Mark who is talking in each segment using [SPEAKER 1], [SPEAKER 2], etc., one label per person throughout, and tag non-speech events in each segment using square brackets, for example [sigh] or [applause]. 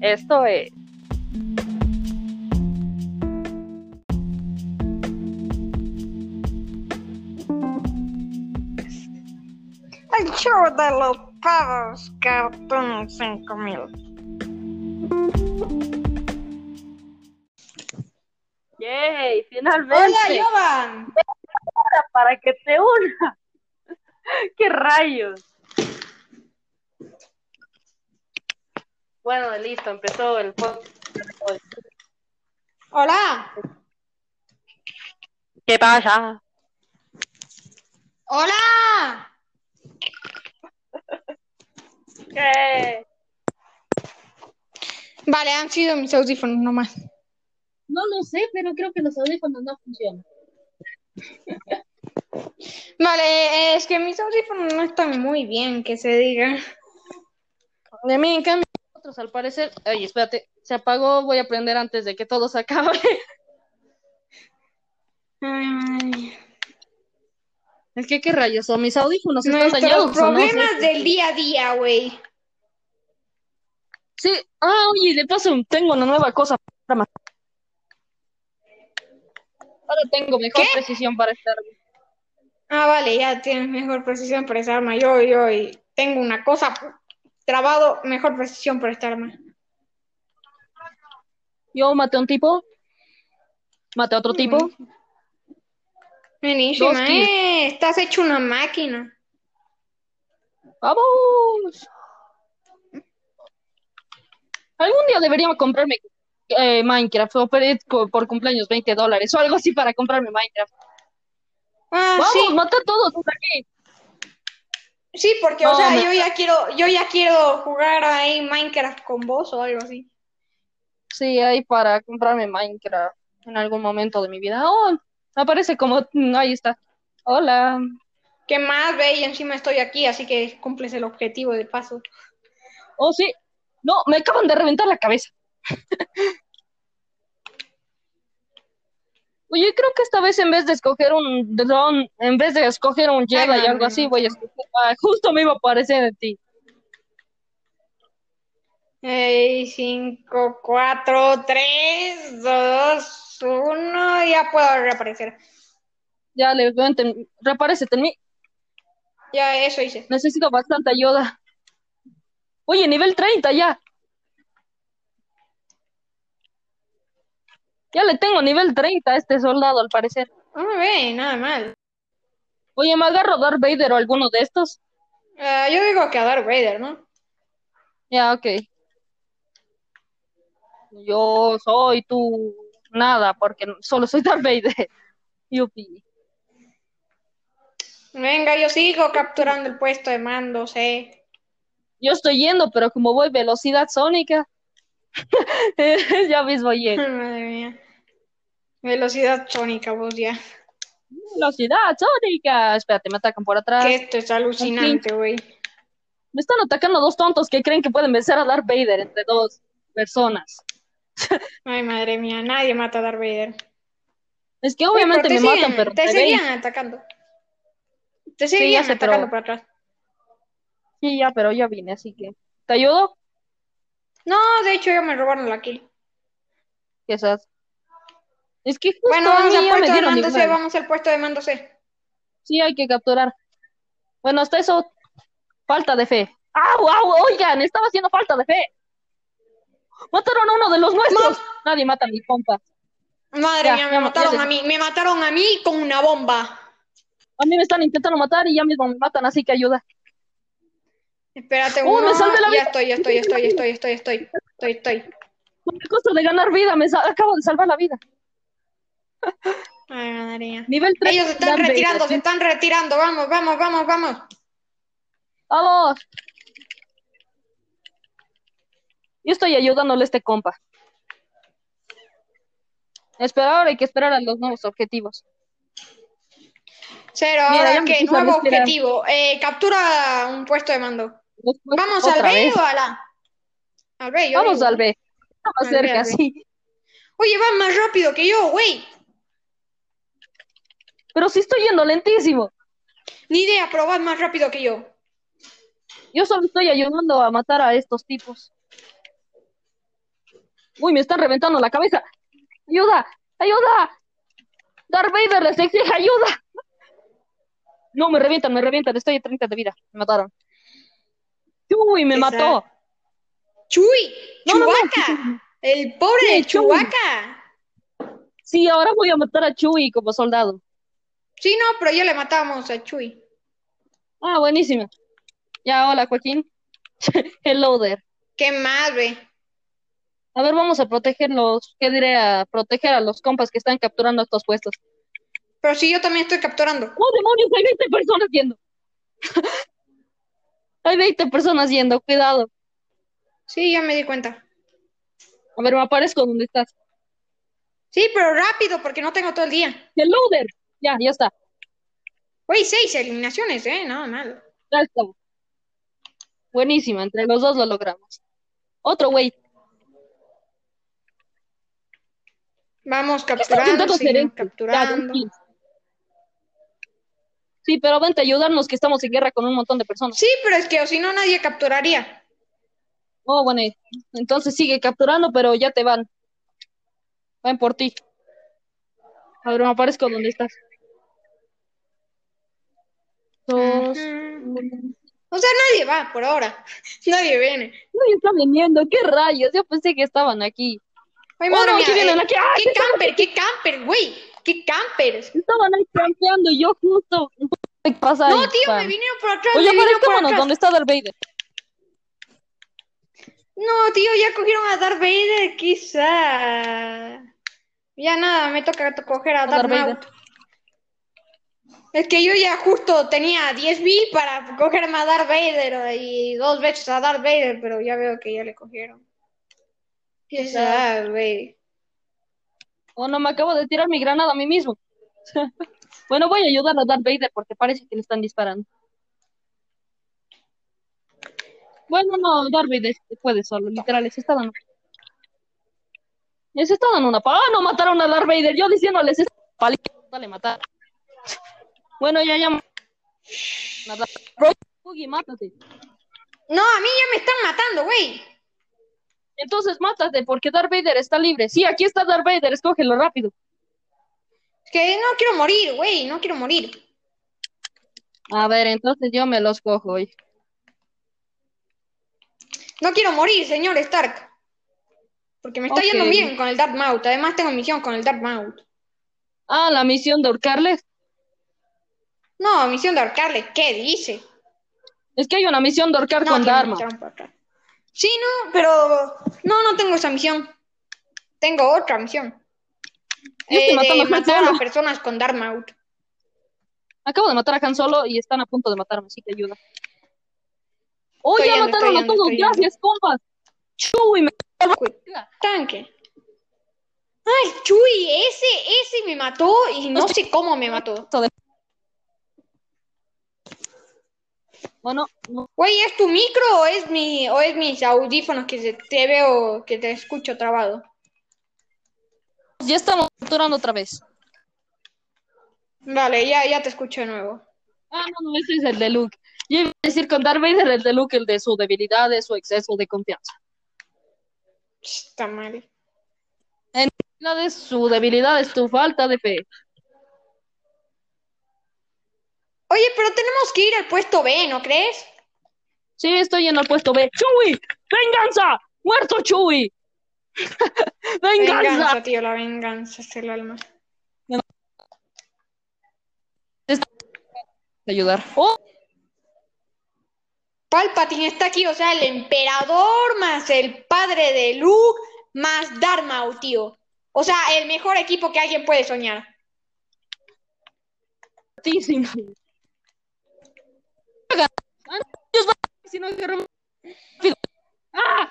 [SPEAKER 1] Esto eh, es.
[SPEAKER 2] El show de los pavos Cartoon 5000.
[SPEAKER 1] ¡Yay! Finalmente.
[SPEAKER 3] Hola, Jovan.
[SPEAKER 1] Para que te una. [laughs] ¡Qué rayos! Bueno, listo, empezó el podcast.
[SPEAKER 3] Hola.
[SPEAKER 1] ¿Qué pasa?
[SPEAKER 3] Hola.
[SPEAKER 1] ¿Qué?
[SPEAKER 3] Vale, han sido mis audífonos nomás.
[SPEAKER 4] No lo sé, pero creo que los audífonos no funcionan.
[SPEAKER 3] Vale, es que mis audífonos no están muy bien, que se diga.
[SPEAKER 4] De mí, en cambio, otros al parecer. Ay, espérate, se apagó. Voy a aprender antes de que todo se acabe.
[SPEAKER 3] Ay,
[SPEAKER 4] Es que, ¿qué rayos? son mis audífonos están
[SPEAKER 3] nuestros
[SPEAKER 4] dañados. o no?
[SPEAKER 3] problemas del día a día, güey.
[SPEAKER 4] Sí. Ah, oye, de paso, tengo una nueva cosa. Ahora tengo mejor
[SPEAKER 3] ¿Qué?
[SPEAKER 4] precisión para estar.
[SPEAKER 3] Ah, vale, ya tienes mejor precisión para esta arma. Yo, yo, y tengo una cosa trabado, mejor precisión para esta arma.
[SPEAKER 4] Yo maté a un tipo. Maté a otro tipo.
[SPEAKER 3] Buenísima,
[SPEAKER 4] Dos kills.
[SPEAKER 3] eh. Estás hecho una máquina.
[SPEAKER 4] ¡Vamos! Algún día debería comprarme eh, Minecraft. Operé co- por cumpleaños 20 dólares o algo así para comprarme Minecraft.
[SPEAKER 3] Ah,
[SPEAKER 4] ¡Vamos!
[SPEAKER 3] sí.
[SPEAKER 4] ¡Mata a todos! hasta aquí!
[SPEAKER 3] Sí, porque, o
[SPEAKER 4] No,
[SPEAKER 3] sea,
[SPEAKER 4] me-
[SPEAKER 3] yo ya quiero, yo ya quiero jugar ahí Minecraft con vos o algo así.
[SPEAKER 4] Sí, ahí para comprarme Minecraft en algún momento de mi vida. ¡Oh! Aparece como. mm, Ahí está. Hola.
[SPEAKER 3] ¿Qué más, ve? Y encima estoy aquí, así que cumples el objetivo de paso.
[SPEAKER 4] Oh, sí. No, me acaban de reventar la cabeza. [laughs] Oye, creo que esta vez en vez de escoger un dron, en vez de escoger un Jedi
[SPEAKER 3] Ay,
[SPEAKER 4] y
[SPEAKER 3] no,
[SPEAKER 4] algo
[SPEAKER 3] no,
[SPEAKER 4] así,
[SPEAKER 3] no.
[SPEAKER 4] voy a escoger. Ah, justo me iba a aparecer en ti.
[SPEAKER 3] 5, 4, 3, 2, 1, ya puedo reaparecer.
[SPEAKER 4] Ya le vente, reaparecete en mí.
[SPEAKER 3] Ya eso hice.
[SPEAKER 4] Necesito bastante ayuda. Oye, nivel 30 ya. Ya le tengo nivel 30 a este soldado, al parecer.
[SPEAKER 3] No me Ah, ve, nada mal.
[SPEAKER 4] Oye, me agarro Darth Vader o alguno de estos.
[SPEAKER 3] Ah, yo digo que a Darth Vader, ¿no?
[SPEAKER 4] Ya, ok. Yo soy tu nada, porque solo soy Darth Vader. [laughs] Yupi.
[SPEAKER 3] Venga, yo sigo capturando el puesto de mando, sé.
[SPEAKER 4] Yo estoy yendo, pero como voy velocidad sónica, [laughs] ya mismo llego.
[SPEAKER 3] Madre mía. Velocidad sónica, vos ya.
[SPEAKER 4] Velocidad sónica. Espérate, me atacan por atrás.
[SPEAKER 3] Que esto es alucinante, güey.
[SPEAKER 4] Me están atacando dos tontos que creen que pueden vencer a Darth Vader entre dos personas.
[SPEAKER 3] Ay, madre mía, nadie mata a Darth Vader.
[SPEAKER 4] Es que obviamente
[SPEAKER 3] Pero te
[SPEAKER 4] me matan,
[SPEAKER 3] siguen-
[SPEAKER 4] pero
[SPEAKER 3] te
[SPEAKER 4] me ven.
[SPEAKER 3] seguían atacando. Te
[SPEAKER 4] ya
[SPEAKER 3] seguían
[SPEAKER 4] sé, pero-
[SPEAKER 3] atacando para atrás.
[SPEAKER 4] Sí, ya, pero ya vine, así que. ¿Te ayudo?
[SPEAKER 3] No, de hecho ya me robaron la kill.
[SPEAKER 4] Quizás. Es que justo
[SPEAKER 3] Bueno,
[SPEAKER 4] a
[SPEAKER 3] vamos
[SPEAKER 4] mí
[SPEAKER 3] al
[SPEAKER 4] ya me
[SPEAKER 3] puesto de
[SPEAKER 4] dieron
[SPEAKER 3] mando C,
[SPEAKER 4] igual.
[SPEAKER 3] vamos al puesto de mando C.
[SPEAKER 4] Sí, hay que capturar. Bueno, hasta eso, falta de fe. ¡Au, au! Oigan, estaba haciendo falta de fe. Mataron a uno de los nuestros. Nadie mata a mi compa.
[SPEAKER 3] Madre
[SPEAKER 4] Ya,
[SPEAKER 3] mía, me
[SPEAKER 4] ya, ya
[SPEAKER 3] mataron
[SPEAKER 4] sé.
[SPEAKER 3] a mí, me mataron a mí con una bomba.
[SPEAKER 4] A mí me están intentando matar y ya mismo me matan, así que ayuda.
[SPEAKER 3] Espérate,
[SPEAKER 4] Uh, me
[SPEAKER 3] no,
[SPEAKER 4] salvé la
[SPEAKER 3] ya
[SPEAKER 4] vida.
[SPEAKER 3] estoy, ya estoy, ya estoy, ya estoy, estoy, estoy, estoy, estoy.
[SPEAKER 4] Con el costo de ganar vida, me sa- acabo de salvar la vida.
[SPEAKER 3] Ay, madre mía.
[SPEAKER 4] Nivel 3.
[SPEAKER 3] Ellos se están retirando, se están retirando, vamos, vamos, vamos, vamos.
[SPEAKER 4] ¡Vamos! Yo estoy ayudándole a este compa. Esperar, ahora hay que esperar a los nuevos objetivos.
[SPEAKER 3] Cero,
[SPEAKER 4] Mira, ya
[SPEAKER 3] ahora
[SPEAKER 4] me
[SPEAKER 3] que
[SPEAKER 4] puse a
[SPEAKER 3] nuevo
[SPEAKER 4] respirar.
[SPEAKER 3] objetivo. Eh, captura un puesto de mando.
[SPEAKER 4] Después,
[SPEAKER 3] ¿Vamos
[SPEAKER 4] otra
[SPEAKER 3] al B
[SPEAKER 4] vez.
[SPEAKER 3] o a la? Al B, yo
[SPEAKER 4] Vamos
[SPEAKER 3] digo.
[SPEAKER 4] al B. Está más
[SPEAKER 3] Al B,
[SPEAKER 4] cerca,
[SPEAKER 3] al B.
[SPEAKER 4] sí.
[SPEAKER 3] Oye, vas más rápido que yo, güey.
[SPEAKER 4] Pero sí estoy yendo lentísimo.
[SPEAKER 3] Ni idea, pero vas más rápido que yo.
[SPEAKER 4] Yo solo estoy ayudando a matar a estos tipos. Uy, me están reventando la cabeza. Ayuda, ayuda. Darth Vader les exige ayuda. No, me revientan, me revientan. Estoy a 30 de vida. Me mataron. Uy, me
[SPEAKER 3] Exacto.
[SPEAKER 4] mató.
[SPEAKER 3] Chuy,
[SPEAKER 4] No, no, no.
[SPEAKER 3] Chubaca, el pobre
[SPEAKER 4] Sí,
[SPEAKER 3] de
[SPEAKER 4] Chuy.
[SPEAKER 3] Chubaca.
[SPEAKER 4] Sí, ahora voy a matar a Chewie como soldado.
[SPEAKER 3] Sí, no, pero ya le matamos a Chuy.
[SPEAKER 4] Ah, buenísimo. Ya, hola, Joaquín. [laughs] Hello there.
[SPEAKER 3] Qué madre.
[SPEAKER 4] A ver, vamos a proteger los, ¿qué diré? A proteger a los compas que están capturando estos puestos.
[SPEAKER 3] Pero sí, yo también estoy capturando.
[SPEAKER 4] ¡Oh, demonios! Hay 20 personas yendo. [laughs] Hay 20 personas yendo, cuidado.
[SPEAKER 3] Sí, ya me di cuenta.
[SPEAKER 4] A ver, me aparezco donde estás.
[SPEAKER 3] Sí, pero rápido, porque no tengo todo el día.
[SPEAKER 4] ¡Hello there! Ya, ya está.
[SPEAKER 3] Güey, seis eliminaciones, ¿eh? Nada mal.
[SPEAKER 4] Ya está. Buenísima, entre los dos lo logramos. Otro güey.
[SPEAKER 3] Vamos
[SPEAKER 4] Está
[SPEAKER 3] capturando,
[SPEAKER 4] haciendo
[SPEAKER 3] seguimos
[SPEAKER 4] conferencia. Ya,
[SPEAKER 3] capturando.
[SPEAKER 4] tranquilo. Sí, pero vente a ayudarnos que estamos en guerra con un montón de personas.
[SPEAKER 3] Sí, pero es que o si no nadie capturaría.
[SPEAKER 4] Oh, bueno, eh, entonces sigue capturando, pero ya te van. Van por ti. A ver, me aparezco donde estás. Dos.
[SPEAKER 3] Ujú.
[SPEAKER 4] uno.
[SPEAKER 3] O sea, nadie va por ahora. [laughs] Nadie viene.
[SPEAKER 4] Nadie está viniendo, qué rayos. Yo pensé que estaban aquí.
[SPEAKER 3] Ay,
[SPEAKER 4] Oh,
[SPEAKER 3] madre
[SPEAKER 4] no,
[SPEAKER 3] mía,
[SPEAKER 4] sí vienen
[SPEAKER 3] eh,
[SPEAKER 4] aquí. ¡Ay,
[SPEAKER 3] qué camper, qué camper, güey. Qué campers.
[SPEAKER 4] Estaban ahí campeando y yo justo. ¿Qué pasa
[SPEAKER 3] No,
[SPEAKER 4] ahí,
[SPEAKER 3] tío,
[SPEAKER 4] pa?
[SPEAKER 3] me vinieron por atrás.
[SPEAKER 4] Oye,
[SPEAKER 3] me vinieron por
[SPEAKER 4] aparezcámonos
[SPEAKER 3] atrás.
[SPEAKER 4] donde está Darth Vader.
[SPEAKER 3] No, tío, ya cogieron a Darth Vader, quizá. Ya nada, me toca to- coger a Darth
[SPEAKER 4] Darth Vader.
[SPEAKER 3] Maul. Es que yo ya justo tenía 10 mil para cogerme a Darth Vader eh, y dos veces a Darth Vader, pero ya veo que ya le cogieron. Quizá, güey.
[SPEAKER 4] Oh, no, me acabo de tirar mi granada a mí mismo. [laughs] Bueno, voy a ayudar a Darth Vader porque parece que le están disparando. Bueno, no, Darth Vader se puede solo, literal, les está dando. Les está dando una pala. ¡Ah, no mataron a Darth Vader! Yo diciéndoles esta palita, dale matar. Bueno, ya ya. Nada. Bro, Boogie, mátate.
[SPEAKER 3] No, a mí ya me están matando, güey.
[SPEAKER 4] Entonces mátate porque Darth Vader está libre. Sí, aquí está Darth Vader, escógelo rápido.
[SPEAKER 3] Es que no quiero morir, güey, no quiero morir.
[SPEAKER 4] A ver, entonces yo me los cojo hoy.
[SPEAKER 3] No quiero morir, señor Stark. Porque me está yendo
[SPEAKER 4] Ok.
[SPEAKER 3] bien con el Darth Maul. Además tengo misión con el Darth Maul.
[SPEAKER 4] Ah, la misión de ahorcarles.
[SPEAKER 3] No, misión de ahorcarle, ¿qué dice?
[SPEAKER 4] Es que hay una misión de ahorcar
[SPEAKER 3] No,
[SPEAKER 4] con
[SPEAKER 3] tiene
[SPEAKER 4] Dharma.
[SPEAKER 3] misión por acá. Sí, no, pero no, no tengo esa misión. Tengo otra misión.
[SPEAKER 4] Yo estoy
[SPEAKER 3] Eh, de
[SPEAKER 4] matando a Han
[SPEAKER 3] matar a
[SPEAKER 4] Solo.
[SPEAKER 3] personas con Dharma out.
[SPEAKER 4] Acabo de matar a Han Solo y están a punto de matarme, así que ayuda. ¡Oh,
[SPEAKER 3] Estoy
[SPEAKER 4] ya
[SPEAKER 3] yendo, estoy
[SPEAKER 4] mataron a
[SPEAKER 3] yendo,
[SPEAKER 4] todos!
[SPEAKER 3] estoy
[SPEAKER 4] ¡Gracias, compas! ¡Chuy! Me...
[SPEAKER 3] Tanque. Ay, Chuy, ese, ese me mató y no sé cómo me mató.
[SPEAKER 4] Bueno, no,
[SPEAKER 3] Güey, ¿es tu micro o es mi, o es mis audífonos que se- te veo, que te escucho trabado?
[SPEAKER 4] ya estamos capturando otra vez.
[SPEAKER 3] Vale, ya, ya te escucho de nuevo.
[SPEAKER 4] Ah, no, no, ese es el de Luke. Yo iba a decir con Darth Vader el de Luke, el de su debilidad, de su exceso de confianza.
[SPEAKER 3] Está mal.
[SPEAKER 4] La de su debilidad es tu falta de fe.
[SPEAKER 3] Oye, pero tenemos que ir al puesto B, ¿no crees?
[SPEAKER 4] Sí, estoy en el puesto B. ¡Chuy! ¡Venganza! ¡Muerto Chuy! [laughs] ¡Venganza!
[SPEAKER 3] Venganza, tío, la venganza es el alma.
[SPEAKER 4] de ayudar. ¡Oh!
[SPEAKER 3] Palpatine está aquí, o sea, el emperador más el padre de Luke más Darth Maul, tío. O sea, el mejor equipo que alguien puede soñar.
[SPEAKER 4] Santísimo. Hagan- Ah, Dios va- si no agarramos- ¡Ah!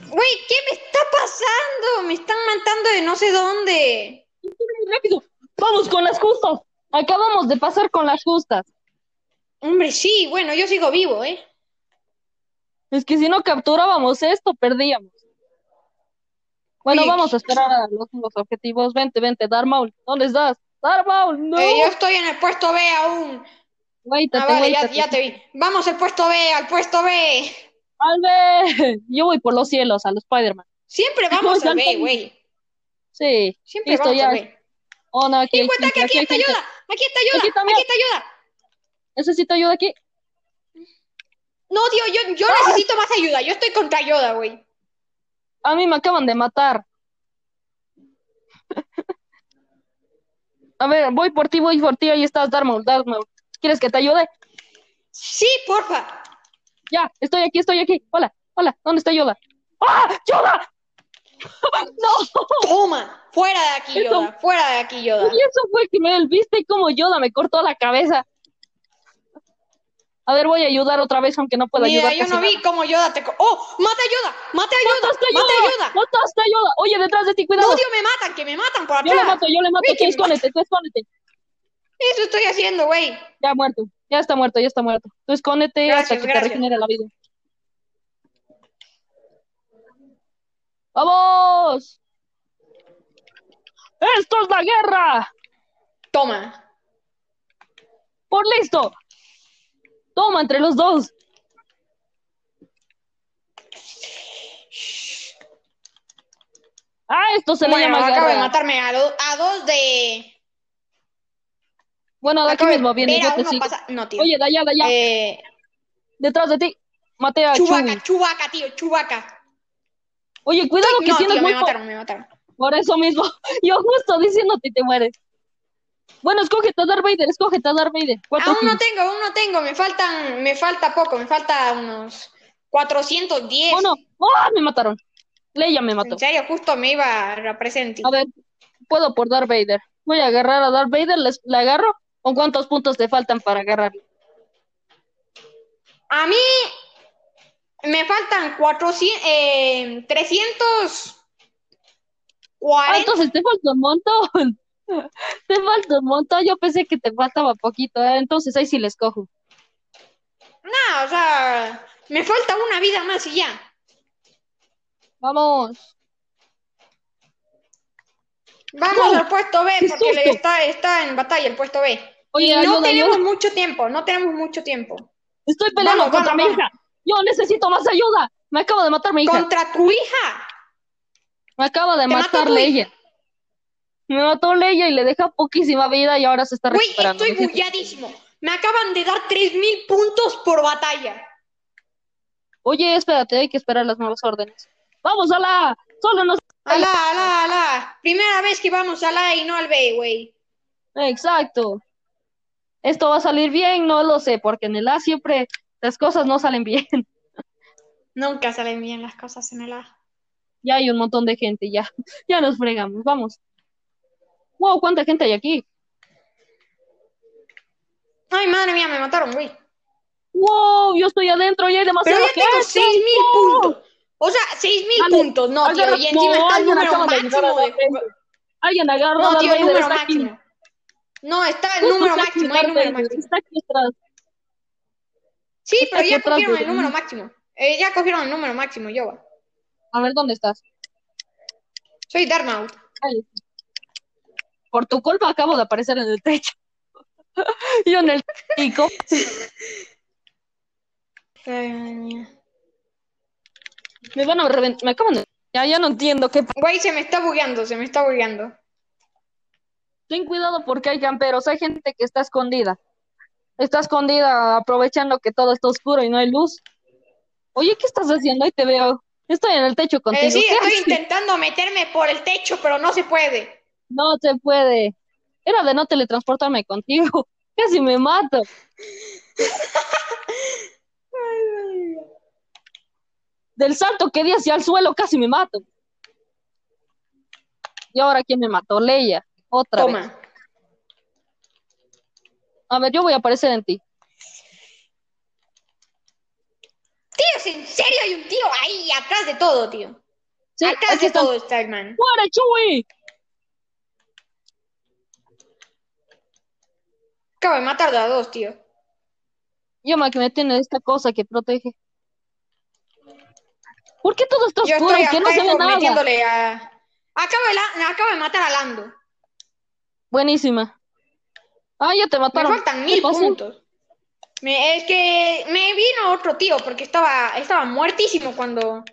[SPEAKER 3] Güey, ¿qué me está pasando? Me están matando de no sé dónde.
[SPEAKER 4] ¡Rápido! ¡Vamos con las justas! Acabamos de pasar con las justas.
[SPEAKER 3] Hombre, sí, bueno, yo sigo vivo, ¿eh?
[SPEAKER 4] Es que si no capturábamos esto, perdíamos. Bueno,
[SPEAKER 3] Oye,
[SPEAKER 4] vamos a esperar a los, los objetivos. Vente, vente, Darmaul. ¿Dónde estás? Darmaul, no.
[SPEAKER 3] Eh, yo estoy en el puesto B aún.
[SPEAKER 4] Guáitate,
[SPEAKER 3] ah, vale, ya,
[SPEAKER 4] guáitate.
[SPEAKER 3] ya te vi. Vamos al puesto B, al puesto B.
[SPEAKER 4] Salve. Yo voy por los cielos a los Spider-Man.
[SPEAKER 3] [laughs] Siempre vamos a
[SPEAKER 4] Saltan.
[SPEAKER 3] B, güey.
[SPEAKER 4] Sí.
[SPEAKER 3] Siempre
[SPEAKER 4] Listo,
[SPEAKER 3] vamos
[SPEAKER 4] ya.
[SPEAKER 3] a B.
[SPEAKER 4] Oh, no, aquí,
[SPEAKER 3] Ten
[SPEAKER 4] hay
[SPEAKER 3] en cuenta que
[SPEAKER 4] gente,
[SPEAKER 3] aquí
[SPEAKER 4] hay
[SPEAKER 3] está
[SPEAKER 4] gente.
[SPEAKER 3] ayuda. Aquí está
[SPEAKER 4] Aquí
[SPEAKER 3] ayuda.
[SPEAKER 4] también.
[SPEAKER 3] Aquí está ayuda.
[SPEAKER 4] Necesito ayuda aquí.
[SPEAKER 3] No, tío, yo,
[SPEAKER 4] ¡Ah!
[SPEAKER 3] yo necesito más ayuda. Yo estoy contra Yoda, güey.
[SPEAKER 4] A mí me acaban de matar. A ver, voy por ti, voy por ti. Ahí estás, Darkmold, Darkmold. ¿Quieres que te ayude?
[SPEAKER 3] Sí, porfa.
[SPEAKER 4] Ya, estoy aquí, estoy aquí. Hola, hola, ¿dónde está Yoda? ¡Ah! ¡Yoda! ¡No!
[SPEAKER 3] Toma. Fuera de aquí,
[SPEAKER 4] Eso.
[SPEAKER 3] Yoda. Fuera de aquí, Yoda.
[SPEAKER 4] Y eso fue que me viste como Yoda me cortó la cabeza. A ver, voy a ayudar otra vez, aunque no pueda
[SPEAKER 3] Mira,
[SPEAKER 4] ayudar.
[SPEAKER 3] yo no vi cómo Yoda te... co- ¡Oh! ¡Mata a Yoda! ¡Mata a Yoda!
[SPEAKER 4] ¡Mataste a
[SPEAKER 3] ¡Mata a
[SPEAKER 4] Yoda!
[SPEAKER 3] Yoda!
[SPEAKER 4] ¡Mataste a Yoda! Oye, detrás de ti, cuidado.
[SPEAKER 3] No, tío, me matan, que me matan por
[SPEAKER 4] yo le
[SPEAKER 3] atrás.
[SPEAKER 4] mato, yo le mato.
[SPEAKER 3] Ve
[SPEAKER 4] Tú
[SPEAKER 3] que me
[SPEAKER 4] escóndete, tú escóndete.
[SPEAKER 3] Eso estoy haciendo, güey.
[SPEAKER 4] Ya muerto, ya está muerto, ya está muerto. Tú escóndete
[SPEAKER 3] Gracias,
[SPEAKER 4] hasta que te
[SPEAKER 3] gracias.
[SPEAKER 4] regenere la vida. ¡Vamos! ¡Esto es la guerra!
[SPEAKER 3] Toma.
[SPEAKER 4] ¡Por listo! Toma entre los dos. Ah, esto se le
[SPEAKER 3] Bueno,
[SPEAKER 4] llama
[SPEAKER 3] acabo de
[SPEAKER 4] guerra.
[SPEAKER 3] matarme a, do- a dos de...
[SPEAKER 4] Bueno, de aquí
[SPEAKER 3] acabo de
[SPEAKER 4] mismo viene,
[SPEAKER 3] ver
[SPEAKER 4] yo
[SPEAKER 3] a
[SPEAKER 4] te
[SPEAKER 3] uno
[SPEAKER 4] sigo.
[SPEAKER 3] pasar- No, tío.
[SPEAKER 4] Oye, de allá, de allá,
[SPEAKER 3] Eh,
[SPEAKER 4] detrás de ti. Mate a Chewie.
[SPEAKER 3] Chubaca, Chubaca, tío, Chubaca.
[SPEAKER 4] Oye, cuidado que
[SPEAKER 3] no,
[SPEAKER 4] tienes
[SPEAKER 3] tío,
[SPEAKER 4] muy
[SPEAKER 3] me
[SPEAKER 4] po-
[SPEAKER 3] mataron, me mataron.
[SPEAKER 4] Por eso mismo, [laughs] yo justo diciéndote te mueres. Bueno, escógete a Darth Vader, escógete a Darth Vader. Cuatro
[SPEAKER 3] Aún no
[SPEAKER 4] kills.
[SPEAKER 3] tengo, aún no tengo. Me faltan, me falta poco, me falta unos 410.
[SPEAKER 4] Uno. ¡Ah, me mataron! Leia me mató.
[SPEAKER 3] En serio, justo me iba a representar.
[SPEAKER 4] A ver, puedo por Darth Vader. Voy a agarrar a Darth Vader, les- la agarro. ¿Con cuántos puntos te faltan para agarrar?
[SPEAKER 3] A mí me faltan 400, eh, 340.
[SPEAKER 4] Ah, entonces te falta un montón. [laughs] Te falta un montón. Yo pensé que te faltaba poquito. ¿eh? Entonces ahí sí les cojo.
[SPEAKER 3] Nah, o sea, me falta una vida más y ya.
[SPEAKER 4] Vamos.
[SPEAKER 3] Vamos
[SPEAKER 4] No,
[SPEAKER 3] al puesto B,
[SPEAKER 4] qué
[SPEAKER 3] porque
[SPEAKER 4] susto.
[SPEAKER 3] está, está en batalla el puesto B.
[SPEAKER 4] Oye,
[SPEAKER 3] Y no
[SPEAKER 4] ayuda,
[SPEAKER 3] tenemos
[SPEAKER 4] ayuda.
[SPEAKER 3] mucho tiempo, no tenemos mucho tiempo.
[SPEAKER 4] Estoy peleando
[SPEAKER 3] Vamos,
[SPEAKER 4] contra
[SPEAKER 3] vamos,
[SPEAKER 4] mi hija. Yo necesito más ayuda. Me acabo de matar mi hija.
[SPEAKER 3] Contra tu hija.
[SPEAKER 4] Me acaba de
[SPEAKER 3] Te mató
[SPEAKER 4] matar
[SPEAKER 3] Rui.
[SPEAKER 4] Leia. Me mató Leia y le deja poquísima vida y ahora se está
[SPEAKER 3] Güey,
[SPEAKER 4] recuperando.
[SPEAKER 3] estoy
[SPEAKER 4] Lo siento.
[SPEAKER 3] bulladísimo. Me acaban de dar 3.000 puntos por batalla.
[SPEAKER 4] Oye, espérate, hay que esperar las nuevas órdenes. ¡Vamos, ala! Solo nos...
[SPEAKER 3] Alá, alá, alá. Primera vez que vamos al A y no al B, güey.
[SPEAKER 4] Exacto. Esto va a salir bien, no lo sé, porque en el A siempre las cosas no salen bien. [laughs]
[SPEAKER 3] Nunca salen bien las cosas en el A.
[SPEAKER 4] Ya hay un montón de gente, ya. Ya nos fregamos, vamos. Wow, cuánta gente hay aquí.
[SPEAKER 3] Ay, madre mía, me mataron, güey.
[SPEAKER 4] Wow, yo estoy adentro y hay
[SPEAKER 3] Pero
[SPEAKER 4] demasiada
[SPEAKER 3] ya tengo
[SPEAKER 4] gente.
[SPEAKER 3] 6.000
[SPEAKER 4] ¡Wow!
[SPEAKER 3] puntos. O sea, 6.000
[SPEAKER 4] Dale,
[SPEAKER 3] puntos, no, tío.
[SPEAKER 4] Agarra-
[SPEAKER 3] Y encima
[SPEAKER 4] no,
[SPEAKER 3] está el
[SPEAKER 4] alguien
[SPEAKER 3] número
[SPEAKER 4] acaba de llegar a
[SPEAKER 3] máximo de
[SPEAKER 4] Darth Vader.
[SPEAKER 3] jugadores.
[SPEAKER 4] Alguien agarró a
[SPEAKER 3] No,
[SPEAKER 4] Darth
[SPEAKER 3] tío, el
[SPEAKER 4] Vader,
[SPEAKER 3] número
[SPEAKER 4] está aquí.
[SPEAKER 3] máximo. No, está el
[SPEAKER 4] Justo
[SPEAKER 3] número
[SPEAKER 4] está aquí
[SPEAKER 3] máximo, el
[SPEAKER 4] Darth
[SPEAKER 3] número
[SPEAKER 4] Vader,
[SPEAKER 3] máximo.
[SPEAKER 4] está aquí atrás.
[SPEAKER 3] Sí,
[SPEAKER 4] está
[SPEAKER 3] pero
[SPEAKER 4] aquí
[SPEAKER 3] ya
[SPEAKER 4] atrás
[SPEAKER 3] cogieron
[SPEAKER 4] de
[SPEAKER 3] el
[SPEAKER 4] mí.
[SPEAKER 3] número máximo. Eh, ya cogieron el número máximo, yo. güey.
[SPEAKER 4] A ver, ¿dónde estás?
[SPEAKER 3] Soy Darmaut.
[SPEAKER 4] Ahí está. Por tu culpa acabo de aparecer en el techo. [laughs] Yo en el pico.
[SPEAKER 3] Ay, madre mía.
[SPEAKER 4] Me van a reventar. Me acaban de. Ya, ya no entiendo qué. pa-
[SPEAKER 3] Güey, se me está bugueando, se me está bugueando.
[SPEAKER 4] Ten cuidado porque hay camperos. Hay gente que está escondida. Está escondida aprovechando que todo está oscuro y no hay luz. Oye, ¿qué estás haciendo? Ahí te veo. Estoy en el techo contigo.
[SPEAKER 3] Eh, sí,
[SPEAKER 4] ¿Qué
[SPEAKER 3] estoy
[SPEAKER 4] haces?
[SPEAKER 3] intentando meterme por el techo, pero no se puede.
[SPEAKER 4] No se puede. Era de no teletransportarme contigo. [laughs] Casi me mato. Del salto que di hacia el suelo, casi me mato. Y ahora, ¿quién me mató? Leia. Otra vez.
[SPEAKER 3] Toma.
[SPEAKER 4] A ver, yo voy a aparecer en ti.
[SPEAKER 3] Tío, ¿en serio hay un tío ahí atrás de todo, tío?
[SPEAKER 4] Sí,
[SPEAKER 3] atrás
[SPEAKER 4] aquí
[SPEAKER 3] de
[SPEAKER 4] están.
[SPEAKER 3] todo está el man.
[SPEAKER 4] ¡Fuera, Chewie!
[SPEAKER 3] Acabo de matar de a dos, tío.
[SPEAKER 4] Yo me que me tiene esta cosa que protege. ¿Por qué todo está
[SPEAKER 3] Yo
[SPEAKER 4] oscuro
[SPEAKER 3] estoy
[SPEAKER 4] y que no se
[SPEAKER 3] acá
[SPEAKER 4] ve
[SPEAKER 3] hijo,
[SPEAKER 4] nada?
[SPEAKER 3] metiéndole a... Acabo de, la- acabo de matar a Lando.
[SPEAKER 4] Buenísima. Ah, ya te
[SPEAKER 3] Me
[SPEAKER 4] mataron.
[SPEAKER 3] faltan
[SPEAKER 4] ¿Qué
[SPEAKER 3] mil
[SPEAKER 4] pasó?
[SPEAKER 3] puntos. Me- es que me vino otro tío porque estaba, estaba muertísimo cuando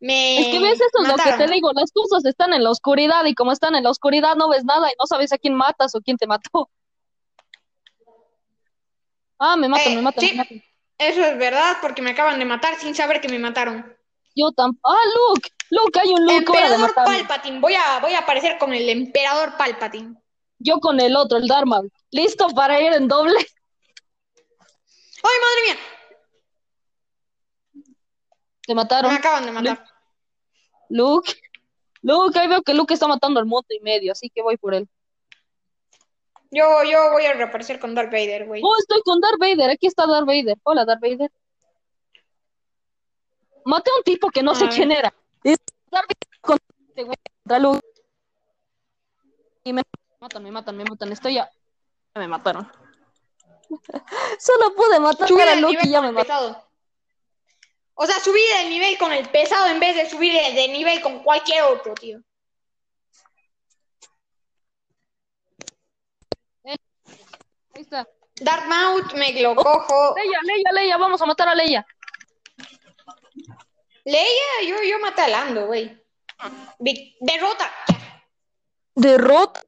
[SPEAKER 3] me
[SPEAKER 4] Es que ves eso, es lo que
[SPEAKER 3] Eh, mataron.
[SPEAKER 4] te digo, las cosas están en la oscuridad y como están en la oscuridad no ves nada y no sabes a quién matas o quién te mató. Ah, me matan,
[SPEAKER 3] Eh,
[SPEAKER 4] me matan,
[SPEAKER 3] sí.
[SPEAKER 4] me matan.
[SPEAKER 3] Eso es verdad porque me acaban de matar sin saber que me mataron.
[SPEAKER 4] Yo tampoco. Ah, Luke, Luke, hay un Luke hora de
[SPEAKER 3] Emperador
[SPEAKER 4] matarme.
[SPEAKER 3] Palpatine, voy a, voy a aparecer con el emperador Palpatine.
[SPEAKER 4] Yo con el otro, el Dharma. ¿Listo para ir en doble? [laughs]
[SPEAKER 3] ¡Ay, madre mía!
[SPEAKER 4] Te
[SPEAKER 3] Me
[SPEAKER 4] mataron.
[SPEAKER 3] acaban de matar.
[SPEAKER 4] Luke. Luke, ahí veo que Luke está matando al monte y medio, así que voy por él.
[SPEAKER 3] Yo, yo voy a reaparecer con Darth Vader, güey.
[SPEAKER 4] Oh, estoy con Darth Vader. Aquí está Darth Vader. Hola, Darth Vader. Maté a un tipo que no sé
[SPEAKER 3] Ah.
[SPEAKER 4] quién era. Es Darth Vader con- este güey, contra Luke. Y me matan, me matan, me matan. Estoy ya. ya Me mataron. Solo pude matar
[SPEAKER 3] Subir
[SPEAKER 4] a
[SPEAKER 3] de
[SPEAKER 4] Luke
[SPEAKER 3] nivel
[SPEAKER 4] y ya
[SPEAKER 3] con
[SPEAKER 4] me
[SPEAKER 3] el
[SPEAKER 4] mataron.
[SPEAKER 3] pesado. O sea, subir de nivel con el pesado en vez de subir de, de nivel con cualquier otro, tío.
[SPEAKER 4] Ahí está.
[SPEAKER 3] Darth Maul me lo
[SPEAKER 4] Oh.
[SPEAKER 3] cojo.
[SPEAKER 4] Leia, Leia, Leia. Vamos a matar a Leia.
[SPEAKER 3] Leia, yo, yo maté a Lando, güey. Vic- Derrota.
[SPEAKER 4] Derrota.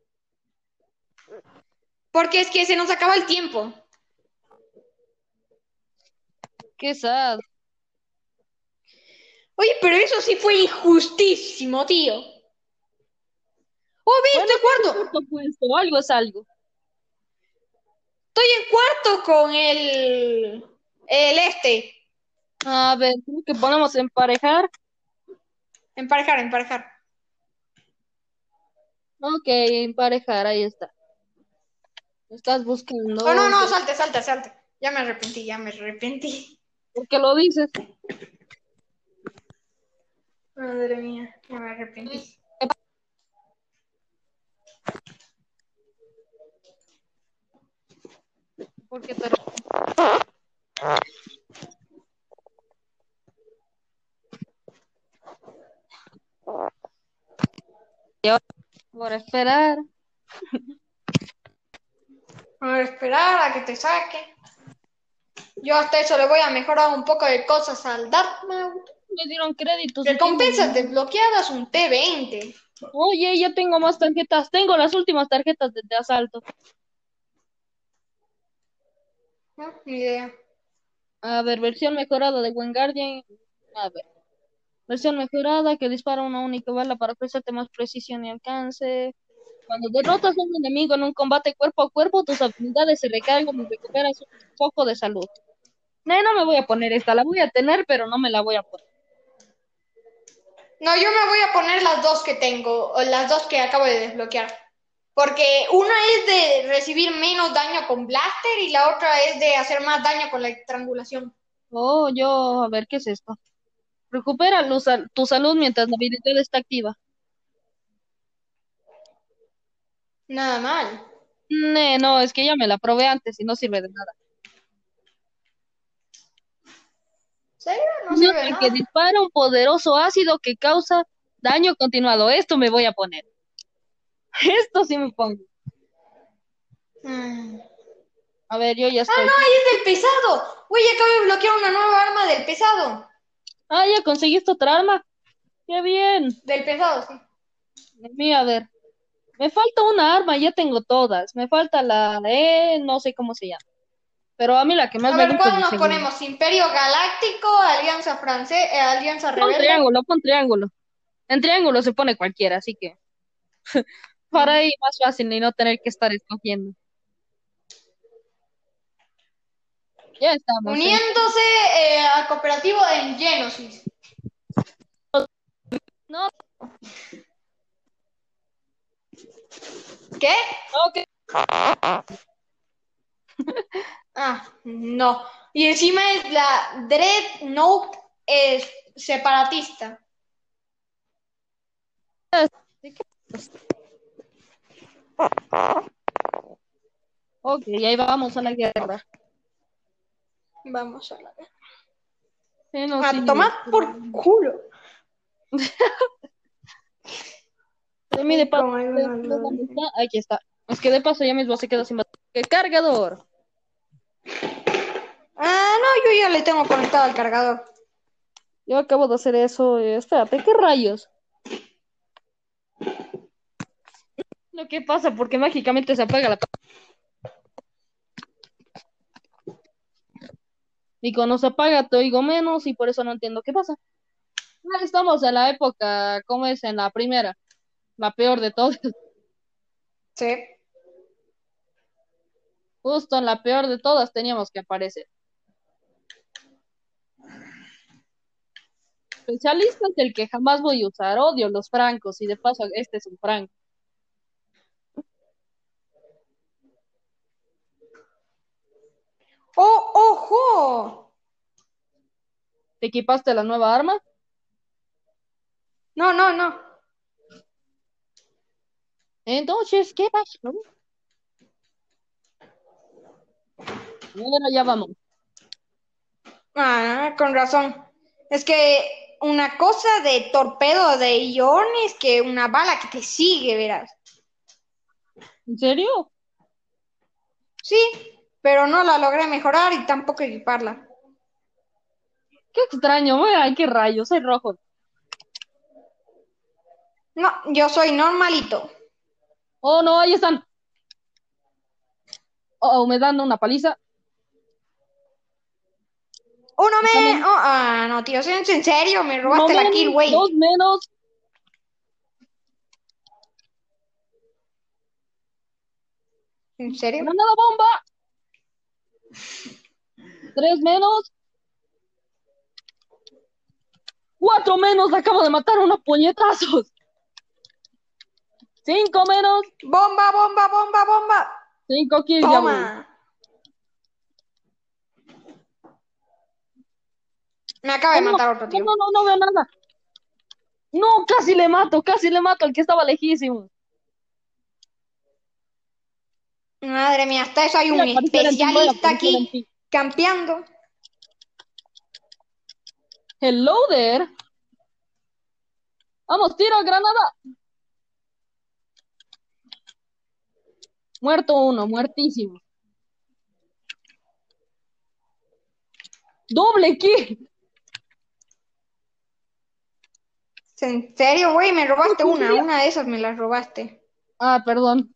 [SPEAKER 3] Porque es que se nos acaba el tiempo.
[SPEAKER 4] Qué sad.
[SPEAKER 3] Oye, pero eso sí fue injustísimo, tío. Oh, bien, estoy cuarto.
[SPEAKER 4] Justo, pues, o algo es algo.
[SPEAKER 3] Estoy en cuarto con el. El este.
[SPEAKER 4] A ver, creo que podemos emparejar.
[SPEAKER 3] Emparejar, emparejar.
[SPEAKER 4] Ok, emparejar, ahí está. Lo estás buscando.
[SPEAKER 3] Oh, no, no, salte, salte, salte. Ya me arrepentí, ya me arrepentí. [laughs]
[SPEAKER 4] ¿Por qué lo dices?
[SPEAKER 3] Madre mía, ya me arrepentí.
[SPEAKER 4] ¿Por qué te... Y ahora, Por esperar.
[SPEAKER 3] A esperar a que te saque. Yo hasta eso le voy a mejorar un poco de cosas al Dark Maul.
[SPEAKER 4] Me dieron créditos.
[SPEAKER 3] Recompensas desbloqueadas un T20.
[SPEAKER 4] Oye, ya tengo más tarjetas. Tengo las últimas tarjetas de, de asalto.
[SPEAKER 3] No, ni idea.
[SPEAKER 4] A ver, versión mejorada de Wayne Guardian. A ver. Versión mejorada que dispara una única bala para ofrecerte más precisión y alcance. Cuando derrotas a un enemigo en un combate cuerpo a cuerpo, tus habilidades se recargan y recuperas un poco de salud. No, no me voy a poner esta, la voy a tener, pero no me la voy a poner.
[SPEAKER 3] No, yo me voy a poner las dos que tengo, o las dos que acabo de desbloquear. Porque una es de recibir menos daño con blaster y la otra es de hacer más daño con la estrangulación.
[SPEAKER 4] Oh, yo, a ver, ¿qué es esto? Recupera lu- sal- tu salud mientras la habilidad está activa.
[SPEAKER 3] Nada mal.
[SPEAKER 4] Ne, no, es que ya me la probé antes y no sirve de nada.
[SPEAKER 3] ¿Serio? No
[SPEAKER 4] Nota
[SPEAKER 3] sirve de
[SPEAKER 4] que
[SPEAKER 3] nada.
[SPEAKER 4] dispara un poderoso ácido que causa daño continuado. Esto me voy a poner. Esto sí me pongo.
[SPEAKER 3] Mm.
[SPEAKER 4] A ver, yo ya
[SPEAKER 3] Ah,
[SPEAKER 4] estoy.
[SPEAKER 3] no, ahí es del pesado. Güey, acabo de bloquear una nueva arma del pesado.
[SPEAKER 4] Ah, ya conseguiste otra arma. Qué bien.
[SPEAKER 3] Del pesado, sí.
[SPEAKER 4] A mí, a ver. Me falta una arma, ya tengo todas. Me falta la eh, no sé cómo se llama. Pero a mí la que más
[SPEAKER 3] A
[SPEAKER 4] me
[SPEAKER 3] ver,
[SPEAKER 4] gusta es
[SPEAKER 3] ¿cuál
[SPEAKER 4] la
[SPEAKER 3] nos
[SPEAKER 4] segunda.
[SPEAKER 3] ponemos? ¿Imperio Galáctico, Alianza Francesa, Alianza
[SPEAKER 4] Pon
[SPEAKER 3] Rebelde?
[SPEAKER 4] triángulo, pon triángulo. En triángulo se pone cualquiera, así que [laughs] para ahí más fácil y no tener que estar escogiendo. Ya estamos. ¿eh?
[SPEAKER 3] Uniéndose eh, al cooperativo en Genosis.
[SPEAKER 4] No,
[SPEAKER 3] ¿Qué?
[SPEAKER 4] no, que
[SPEAKER 3] Ah, no. Y encima es la Dreadnought es separatista.
[SPEAKER 4] Ok, ahí vamos a la guerra.
[SPEAKER 3] Vamos a la
[SPEAKER 4] Sí, no, sí,
[SPEAKER 3] A tomar por culo.
[SPEAKER 4] de mí de paso,
[SPEAKER 3] Como hay una luz.
[SPEAKER 4] ¿dónde está? Aquí está. Es que de paso ya mismo se queda sin batería. ¡Qué cargador!
[SPEAKER 3] Ah, ya le tengo conectado al cargador.
[SPEAKER 4] Yo acabo de hacer eso. eh, Espérate, ¿qué rayos? Lo que pasa, porque mágicamente se apaga la. pa- Y cuando se apaga te oigo menos y por eso no entiendo qué pasa. Ya Estamos en la época, ¿cómo es? En la primera, la peor de todas.
[SPEAKER 3] Sí.
[SPEAKER 4] Justo en la peor de todas teníamos que aparecer. Especialista del que jamás voy a usar. Odio los francos y de paso este es un franco.
[SPEAKER 3] ¡Oh, ojo!
[SPEAKER 4] ¿Te equipaste la nueva arma?
[SPEAKER 3] No, no, no.
[SPEAKER 4] Entonces, ¿qué pasa? Bueno, ya vamos.
[SPEAKER 3] Ah, con razón. Es que una cosa de torpedo de iones que una bala que te sigue, verás.
[SPEAKER 4] ¿En serio?
[SPEAKER 3] Sí, pero no la logré mejorar y tampoco equiparla.
[SPEAKER 4] Qué extraño. Mira, qué rayos. Soy rojo.
[SPEAKER 3] No, yo soy normalito.
[SPEAKER 4] Oh, no, ahí están. Oh, me dan una paliza.
[SPEAKER 3] Uno me...
[SPEAKER 4] También-
[SPEAKER 3] oh, ah, no, tío, ¿es en serio? Me robaste
[SPEAKER 4] Uno
[SPEAKER 3] la kill,
[SPEAKER 4] menos,
[SPEAKER 3] güey.
[SPEAKER 4] Dos menos.
[SPEAKER 3] ¿En serio?
[SPEAKER 4] ¡Granada bomba! Tres menos. Cuatro menos. la Acabo de matar a unos puñetazos. Cinco menos.
[SPEAKER 3] ¡Bomba, bomba, bomba, bomba!
[SPEAKER 4] Cinco kills ya voy.
[SPEAKER 3] ¡Toma! Me acaba de
[SPEAKER 4] Oh, no,
[SPEAKER 3] matar otro tío.
[SPEAKER 4] No, no, no, no veo nada. No, casi le mato, casi le mato al que estaba lejísimo.
[SPEAKER 3] Madre mía, hasta eso hay un
[SPEAKER 4] Mira, apareció el antiguo,
[SPEAKER 3] especialista
[SPEAKER 4] apareció el
[SPEAKER 3] aquí
[SPEAKER 4] antiguo.
[SPEAKER 3] campeando.
[SPEAKER 4] Hello there. Vamos, tiro, granada. Muerto uno, muertísimo. Doble kill.
[SPEAKER 3] ¿En serio, güey? Me robaste una, una de esas me las robaste.
[SPEAKER 4] Ah, perdón.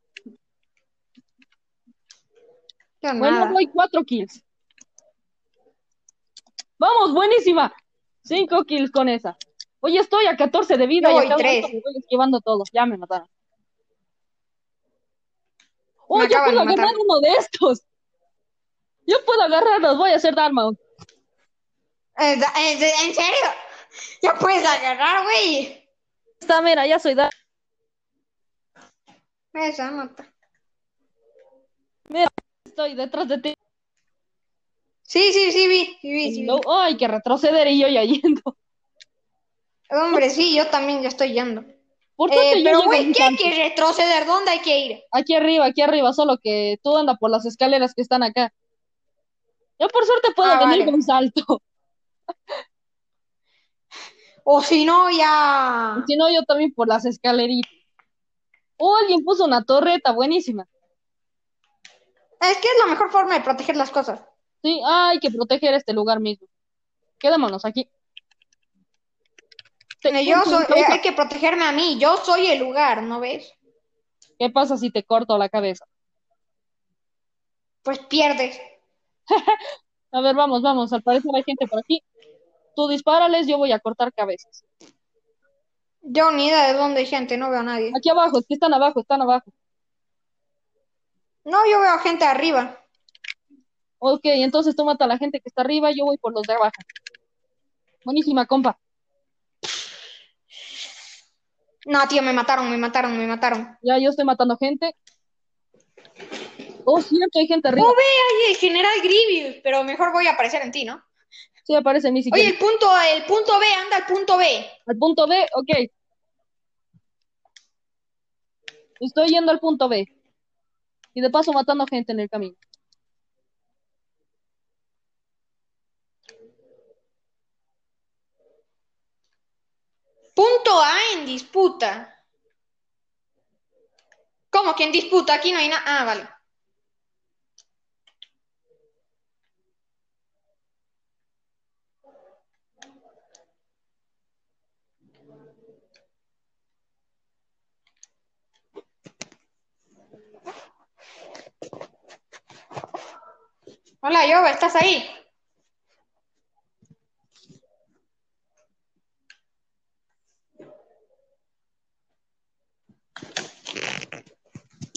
[SPEAKER 3] Yo
[SPEAKER 4] Bueno,
[SPEAKER 3] nada.
[SPEAKER 4] voy cuatro kills. Vamos, buenísima. Cinco kills con esa. Oye, estoy a 14 de vida
[SPEAKER 3] Yo
[SPEAKER 4] y
[SPEAKER 3] voy
[SPEAKER 4] a cada
[SPEAKER 3] tres.
[SPEAKER 4] rato me voy esquivando todo. Ya me mataron. Oh,
[SPEAKER 3] Me
[SPEAKER 4] yo
[SPEAKER 3] acaban
[SPEAKER 4] puedo
[SPEAKER 3] de matar.
[SPEAKER 4] agarrar uno de estos. Yo puedo agarrarlos, voy a hacer Darkmouth.
[SPEAKER 3] Eh, da- eh, de- ¿En serio? Ya puedes agarrar, güey.
[SPEAKER 4] Está, mira, ya soy Dark.
[SPEAKER 3] Esa nota.
[SPEAKER 4] Estoy detrás de ti.
[SPEAKER 3] Sí, sí, sí, vi, sí, vi, sí, vi.
[SPEAKER 4] No, ay, que retroceder y yo ya yendo.
[SPEAKER 3] Hombre, sí, yo también ya estoy yendo.
[SPEAKER 4] Por
[SPEAKER 3] Eh,
[SPEAKER 4] tanto, yo
[SPEAKER 3] pero,
[SPEAKER 4] llego
[SPEAKER 3] güey,
[SPEAKER 4] muy
[SPEAKER 3] ¿qué hay
[SPEAKER 4] tanto.
[SPEAKER 3] que retroceder? ¿Dónde hay que ir?
[SPEAKER 4] Aquí arriba, aquí arriba, solo que tú anda por las escaleras que están acá. Yo por suerte puedo
[SPEAKER 3] Ah,
[SPEAKER 4] venir
[SPEAKER 3] vale.
[SPEAKER 4] con salto. [laughs]
[SPEAKER 3] O si no, ya...
[SPEAKER 4] Si no, yo también por las escaleritas. Oh, alguien puso una torreta, buenísima.
[SPEAKER 3] Es que es la mejor forma de proteger las cosas.
[SPEAKER 4] Sí, hay que proteger este lugar mismo. Quedémonos aquí. Te-
[SPEAKER 3] Eh, Yo
[SPEAKER 4] pum,
[SPEAKER 3] soy,
[SPEAKER 4] pum,
[SPEAKER 3] eh,
[SPEAKER 4] causa.
[SPEAKER 3] hay que protegerme a mí, yo soy el lugar, ¿no ves?
[SPEAKER 4] ¿Qué pasa si te corto la cabeza?
[SPEAKER 3] Pues pierdes.
[SPEAKER 4] A ver, vamos, vamos. Al parecer hay gente por aquí. Tú dispárales, yo voy a cortar cabezas.
[SPEAKER 3] Yo ni idea de dónde hay gente, no veo a nadie.
[SPEAKER 4] Aquí abajo, es que están abajo, están abajo.
[SPEAKER 3] No, yo veo gente arriba.
[SPEAKER 4] Ok, entonces tú mata a la gente que está arriba, yo voy por los de abajo. Buenísima, compa.
[SPEAKER 3] No, tío, me mataron, me mataron, me mataron.
[SPEAKER 4] Ya yo estoy matando gente. Oh, cierto, hay gente arriba.
[SPEAKER 3] Oh, ve, ahí el general Grievous, pero mejor voy a aparecer en ti, ¿no?
[SPEAKER 4] Sí, aparece en mí si
[SPEAKER 3] Oye,
[SPEAKER 4] quieres.
[SPEAKER 3] el punto, el punto B, anda al punto B.
[SPEAKER 4] Al punto B, ok. Estoy yendo al punto B. Y de paso matando gente en el camino.
[SPEAKER 3] Punto A en disputa. ¿Cómo que en disputa? Aquí no hay nada. Ah, vale. Hola, Yoba, ¿estás ahí?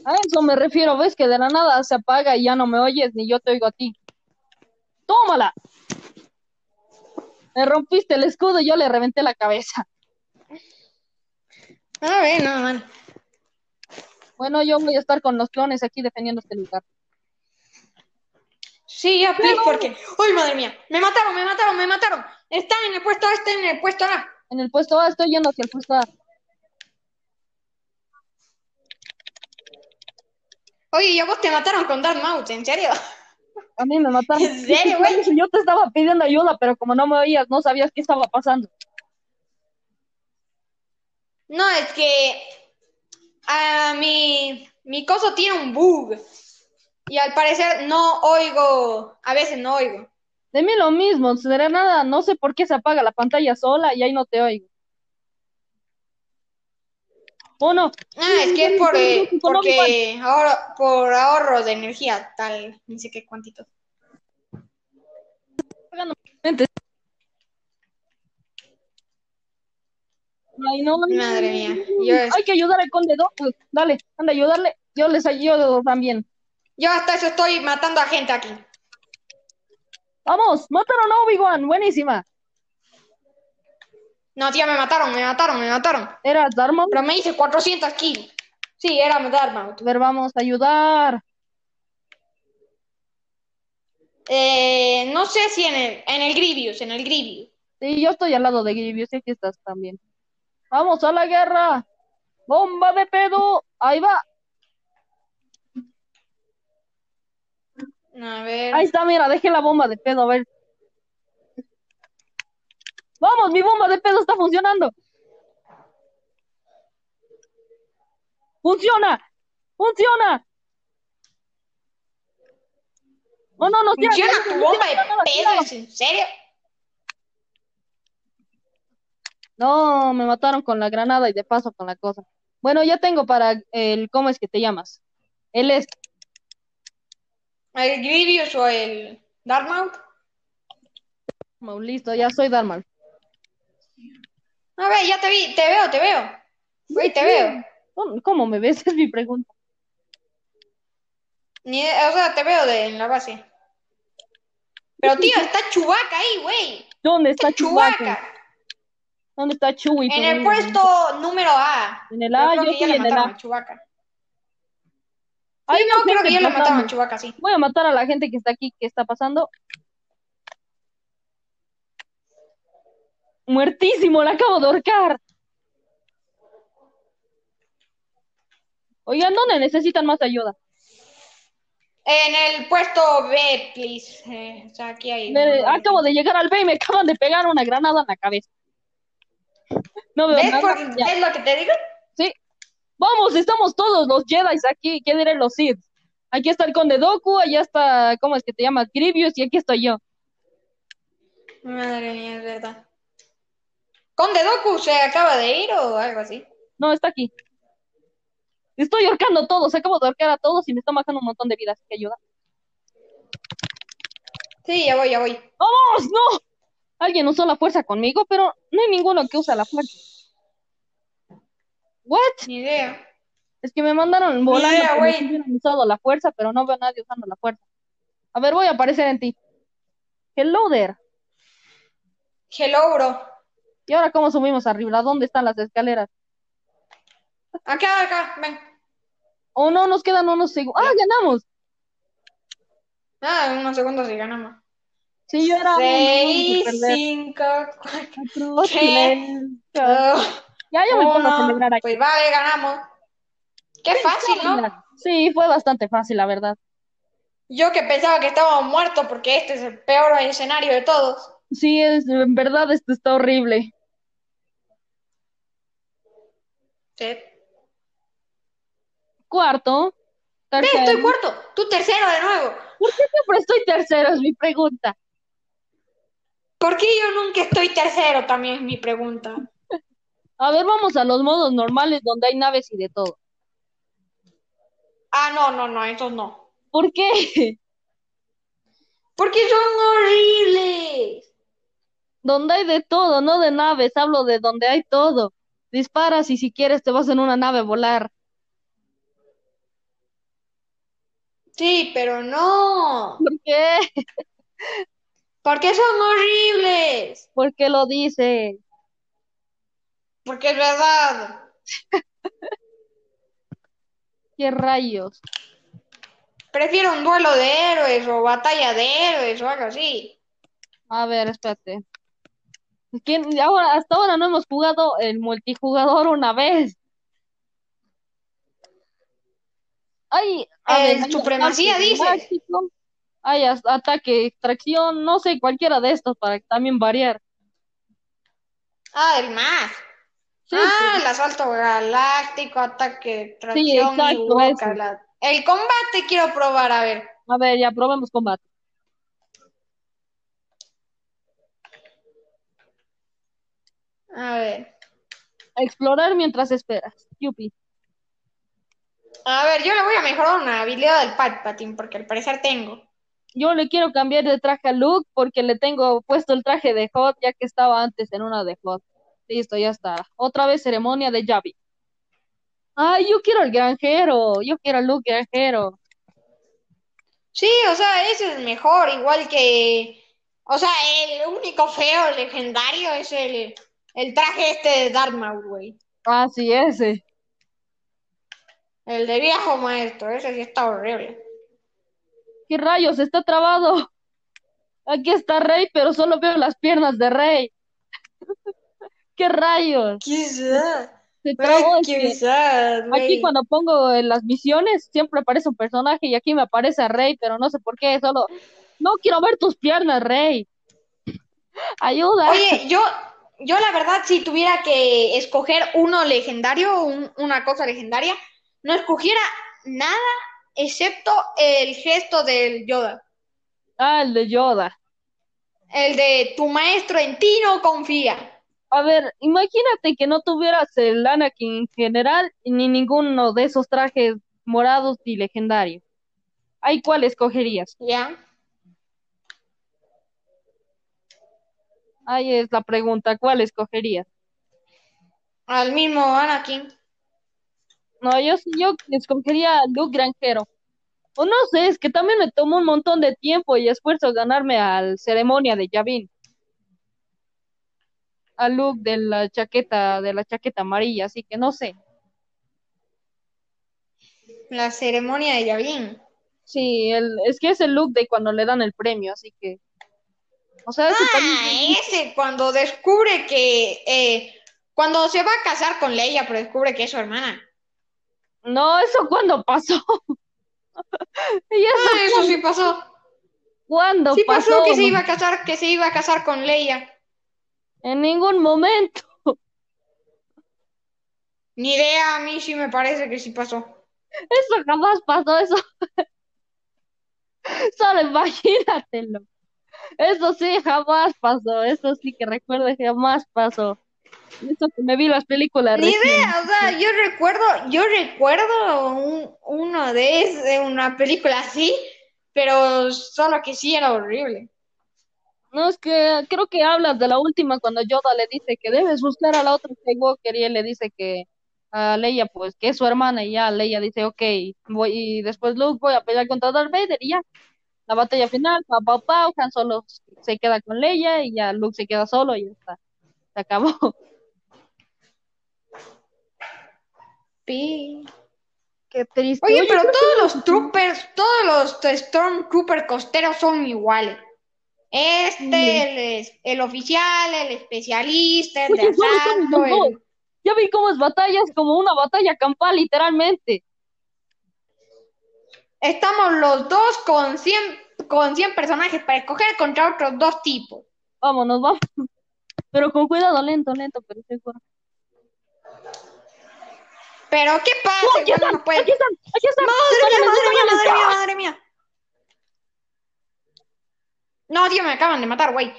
[SPEAKER 4] A eso me refiero, ves que de la nada se apaga y ya no me oyes ni yo te oigo a ti. ¡Tómala! Me rompiste el escudo y yo le reventé la cabeza.
[SPEAKER 3] A ver, Ah, no, man.
[SPEAKER 4] Bueno, yo voy a estar con los clones aquí defendiendo este lugar.
[SPEAKER 3] Sí, ya, please, porque. ¡Uy, madre mía! ¡Me mataron, me mataron, me mataron! Están en el puesto A, están en el puesto A.
[SPEAKER 4] En el puesto A estoy yendo hacia el puesto A.
[SPEAKER 3] Oye, ¿y a vos te mataron con Dark Mouth, ¿en serio?
[SPEAKER 4] A mí me
[SPEAKER 3] [laughs]
[SPEAKER 4] mataron.
[SPEAKER 3] ¿En serio, güey?
[SPEAKER 4] Yo te estaba pidiendo ayuda, pero como no me oías, no sabías qué estaba pasando.
[SPEAKER 3] No, es que. ah, mi. Mi coso tiene un bug. Y al parecer no oigo. A veces no oigo.
[SPEAKER 4] De mí lo mismo, de la nada, no sé por qué se apaga la pantalla sola y ahí no te oigo. Uno,
[SPEAKER 3] Ah, es que es por, eh, porque ahorro, por ahorro de energía, tal, ni sé qué cuantito.
[SPEAKER 4] ay no, ay,
[SPEAKER 3] Madre mía, yo es-
[SPEAKER 4] hay que ayudar al conde Doc. Dale, anda a ayudarle, yo les ayudo también.
[SPEAKER 3] Yo hasta eso estoy matando a gente aquí.
[SPEAKER 4] Vamos, mataron a Obi-Wan, buenísima.
[SPEAKER 3] No, tía, me mataron, me mataron, me mataron.
[SPEAKER 4] Era Darmo,
[SPEAKER 3] Pero me hice 400 kills. Sí, era Darmouth.
[SPEAKER 4] a ver, vamos a ayudar.
[SPEAKER 3] Eh, no sé si en el, en el Grievous, en el Grievous.
[SPEAKER 4] Sí, yo estoy al lado de Grievous, sé que estás también. Vamos a la guerra. Bomba de pedo, ahí va.
[SPEAKER 3] A ver.
[SPEAKER 4] Ahí está, mira, dejé la bomba de pedo, a ver. Vamos, mi bomba de pedo está funcionando. Funciona, funciona. Oh, no, no, tira,
[SPEAKER 3] ¿Funciona
[SPEAKER 4] tira,
[SPEAKER 3] tu
[SPEAKER 4] tira,
[SPEAKER 3] bomba de
[SPEAKER 4] tira, tira, tira.
[SPEAKER 3] pedo? ¿Es en serio?
[SPEAKER 4] No, me mataron con la granada y de paso con la cosa. Bueno, ya tengo para el cómo es que te llamas. Él es
[SPEAKER 3] ¿El Grievous o el Darmouth?
[SPEAKER 4] Mau, listo, ya soy Darman.
[SPEAKER 3] A ver, ya te vi, te veo, te veo. Güey, te veo.
[SPEAKER 4] ¿Cómo- ¿Cómo me ves? [laughs] Es mi pregunta.
[SPEAKER 3] Ni- o sea, te veo de, en la base. Pero tío, está Chubaca ahí, güey.
[SPEAKER 4] ¿Dónde está Chewbacca?
[SPEAKER 3] Chubaca.
[SPEAKER 4] ¿Dónde está Chewie?
[SPEAKER 3] En el
[SPEAKER 4] Todavía no.
[SPEAKER 3] puesto número A.
[SPEAKER 4] En el A,
[SPEAKER 3] creo
[SPEAKER 4] Ah, yo
[SPEAKER 3] que ya
[SPEAKER 4] estoy
[SPEAKER 3] le
[SPEAKER 4] en el
[SPEAKER 3] mataron
[SPEAKER 4] A.
[SPEAKER 3] a Chubaca.
[SPEAKER 4] Hay
[SPEAKER 3] Sí, no,
[SPEAKER 4] más
[SPEAKER 3] creo que
[SPEAKER 4] gente
[SPEAKER 3] ya le mataron a
[SPEAKER 4] pasando.
[SPEAKER 3] Chubaca, sí.
[SPEAKER 4] Voy a matar a la gente que está aquí, que está pasando. Muertísimo, la acabo de ahorcar. Oigan, ¿dónde necesitan más ayuda?
[SPEAKER 3] En el puesto B, please. Eh, o sea, aquí hay.
[SPEAKER 4] Me- acabo de llegar al B y me acaban de pegar una granada en la cabeza. No veo
[SPEAKER 3] ¿Ves,
[SPEAKER 4] nada,
[SPEAKER 3] por-
[SPEAKER 4] ya.
[SPEAKER 3] ¿Ves lo que te digo?
[SPEAKER 4] Vamos, estamos todos los Jedi aquí. ¿Qué diré los Sith? Aquí está el Conde Doku, allá está, ¿cómo es que te llamas? Grievous, y aquí estoy yo.
[SPEAKER 3] Madre mía, es verdad. ¿Conde Doku se acaba de ir o algo así?
[SPEAKER 4] No, está aquí. Estoy ahorcando a todos, acabo de ahorcar a todos y me está bajando un montón de vida, así que ayuda.
[SPEAKER 3] Sí, ya voy, ya voy.
[SPEAKER 4] ¡Vamos! ¡No! Alguien usó la fuerza conmigo, pero no hay ninguno que usa la fuerza. ¿What?
[SPEAKER 3] Ni idea.
[SPEAKER 4] Es que me mandaron volando
[SPEAKER 3] Mira,
[SPEAKER 4] como
[SPEAKER 3] güey.
[SPEAKER 4] si hubieran usado la fuerza, pero no veo a nadie usando la fuerza. A ver, voy a aparecer en ti. Hello there.
[SPEAKER 3] Hello, bro.
[SPEAKER 4] ¿Y ahora cómo subimos arriba? ¿Dónde están las escaleras?
[SPEAKER 3] Acá, acá, ven.
[SPEAKER 4] Oh, no, nos quedan unos segundos. ¡Ah, ganamos!
[SPEAKER 3] Ah, en unos segundos y ganamos.
[SPEAKER 4] Sí, yo era...
[SPEAKER 3] Seis,
[SPEAKER 4] un- un- perder.
[SPEAKER 3] cinco, cuatro,
[SPEAKER 4] Cuatro,
[SPEAKER 3] tres,
[SPEAKER 4] tres.
[SPEAKER 3] dos,
[SPEAKER 4] Ya yo me pongo a
[SPEAKER 3] uno.
[SPEAKER 4] celebrar aquí.
[SPEAKER 3] Pues vale, ganamos. Qué fácil, ¿no?
[SPEAKER 4] Sí, fue bastante fácil, la verdad.
[SPEAKER 3] Yo que pensaba que estábamos muertos porque este es el peor escenario de todos.
[SPEAKER 4] Sí, es, en verdad esto está horrible.
[SPEAKER 3] Sí.
[SPEAKER 4] Cuarto.
[SPEAKER 3] Sí,
[SPEAKER 4] Tercero.
[SPEAKER 3] estoy cuarto. Tú tercero de nuevo.
[SPEAKER 4] Siempre estoy tercero, es mi pregunta.
[SPEAKER 3] ¿Por qué yo nunca estoy tercero? También es mi pregunta.
[SPEAKER 4] A ver, vamos a los modos normales donde hay naves y de todo.
[SPEAKER 3] Ah, no, no, no, esos no.
[SPEAKER 4] ¿Por qué?
[SPEAKER 3] Porque son horribles.
[SPEAKER 4] Donde hay de todo, no de naves, hablo de donde hay todo. Disparas y si quieres te vas en una nave a volar. [laughs]
[SPEAKER 3] Sí, pero no.
[SPEAKER 4] ¿Por qué?
[SPEAKER 3] Porque son horribles.
[SPEAKER 4] ¿Por qué lo dice?
[SPEAKER 3] Porque es verdad.
[SPEAKER 4] ¿Qué rayos?
[SPEAKER 3] Prefiero un duelo de héroes o batalla de héroes o algo así.
[SPEAKER 4] A ver, espérate. ¿Quién- Ahora, hasta ahora no hemos jugado el multijugador una vez. Ay, a ver,
[SPEAKER 3] El
[SPEAKER 4] hay
[SPEAKER 3] supremacía,
[SPEAKER 4] ataque
[SPEAKER 3] dices.
[SPEAKER 4] táctico, hay as- ataque, extracción, no sé, cualquiera de estos para también variar.
[SPEAKER 3] Ah, el más.
[SPEAKER 4] Sí,
[SPEAKER 3] ah, el asalto galáctico, ataque, tracción, y
[SPEAKER 4] exacto,
[SPEAKER 3] busca,
[SPEAKER 4] ese.
[SPEAKER 3] la- El combate quiero probar, a ver.
[SPEAKER 4] A ver, ya probemos combate.
[SPEAKER 3] A ver.
[SPEAKER 4] Explorar mientras esperas. Yupi.
[SPEAKER 3] A ver, yo le voy a mejorar una habilidad del Palpatine, porque al parecer tengo.
[SPEAKER 4] Yo le quiero cambiar de traje a Luke porque le tengo puesto el traje de Hot, ya que estaba antes en una de Hot. Listo, ya está. Otra vez ceremonia de Yavi. Ay, yo quiero al granjero. Yo quiero a Luke granjero.
[SPEAKER 3] Sí, o sea, ese es mejor, igual que. O sea, el único feo legendario es el, el traje este de Darth Maul, güey.
[SPEAKER 4] Ah, sí, ese.
[SPEAKER 3] El de viejo maestro, ese sí está horrible.
[SPEAKER 4] ¿Qué rayos? Está trabado. Aquí está Rey, pero solo veo las piernas de Rey. [laughs] ¿Qué rayos?
[SPEAKER 3] Quizás,
[SPEAKER 4] Se trabó este.
[SPEAKER 3] eh, quizás,
[SPEAKER 4] Aquí cuando pongo en las misiones siempre aparece un personaje y aquí me aparece a Rey, pero no sé por qué, solo no quiero ver tus piernas, Rey. [laughs] Ayuda.
[SPEAKER 3] Oye, yo, yo la verdad, si tuviera que escoger uno legendario, un- una cosa legendaria, no escogiera nada excepto el gesto del Yoda.
[SPEAKER 4] Ah, el de Yoda.
[SPEAKER 3] El de tu maestro en ti no confía.
[SPEAKER 4] A ver, imagínate que no tuvieras el Anakin en general ni ninguno de esos trajes morados y legendarios. ¿Ay cuál escogerías?
[SPEAKER 3] ¿Ya?
[SPEAKER 4] Ahí es la pregunta, ¿cuál escogerías?
[SPEAKER 3] Al mismo Anakin.
[SPEAKER 4] No, yo sí, yo escogería a Luke Granjero. O no sé, es que también me tomó un montón de tiempo y esfuerzo ganarme al ceremonia de Yavin. A Luke de la chaqueta, de la chaqueta amarilla, así que no sé.
[SPEAKER 3] La ceremonia de Yavin.
[SPEAKER 4] Sí, el, es que es el Luke de cuando le dan el premio, así que. O sea, ese
[SPEAKER 3] Ah,
[SPEAKER 4] también-
[SPEAKER 3] ese cuando descubre que... eh, cuando se va a casar con Leia, pero descubre que es su hermana.
[SPEAKER 4] No, eso cuando pasó. [laughs] ¿Y eso
[SPEAKER 3] Ah, eso sí pasó.
[SPEAKER 4] cuándo
[SPEAKER 3] Sí pasó que
[SPEAKER 4] pasó?
[SPEAKER 3] se iba a casar, que se iba a casar con Leia.
[SPEAKER 4] En ningún momento.
[SPEAKER 3] Ni idea, a mí sí me parece que sí pasó.
[SPEAKER 4] Eso jamás pasó, eso. [laughs] Solo imagínatelo. Eso sí, jamás pasó. Eso sí que recuerde, jamás pasó. Eso que me vi las películas
[SPEAKER 3] Ni
[SPEAKER 4] recién.
[SPEAKER 3] idea, o sea, yo recuerdo, yo recuerdo un- uno de, es- de una película así, pero solo que sí era horrible.
[SPEAKER 4] No, es que ah, creo que hablas de la última cuando Yoda le dice que debes buscar a la otra Skywalker y él le dice que a Leia, pues, que es su hermana y ya Leia dice, ok, voy, y después Luke voy a pelear contra Darth Vader y ya. La batalla final, pa, pa, pa, Han Solo se queda con Leia y ya Luke se queda solo y ya está. Se acabó.
[SPEAKER 3] Pi.
[SPEAKER 4] [laughs] Qué triste.
[SPEAKER 3] Oye, pero
[SPEAKER 4] creo
[SPEAKER 3] todos los troopers, todos los Stormtroopers costeros son iguales. Este, el, es- el oficial, el especialista, el de
[SPEAKER 4] Oye, ¿cuáles son
[SPEAKER 3] asalto,
[SPEAKER 4] los dos?
[SPEAKER 3] el-
[SPEAKER 4] Ya vi cómo es batallas, como una batalla campal, literalmente.
[SPEAKER 3] Estamos los dos con 100, con 100 personajes para escoger contra otros dos tipos.
[SPEAKER 4] Vámonos, vamos. [laughs] Pero con cuidado, lento, lento, pero seguro.
[SPEAKER 3] Pero ¿qué pasa?
[SPEAKER 4] ¡Oh, aquí
[SPEAKER 3] Igual
[SPEAKER 4] están!
[SPEAKER 3] no puede-
[SPEAKER 4] ¡Aquí están! ¡Aquí están!
[SPEAKER 3] Pues, Madre mía,
[SPEAKER 4] ¡Váyanles,
[SPEAKER 3] madre mía,
[SPEAKER 4] váyanles!
[SPEAKER 3] madre mía, madre mía. No, tío, me acaban de matar, güey.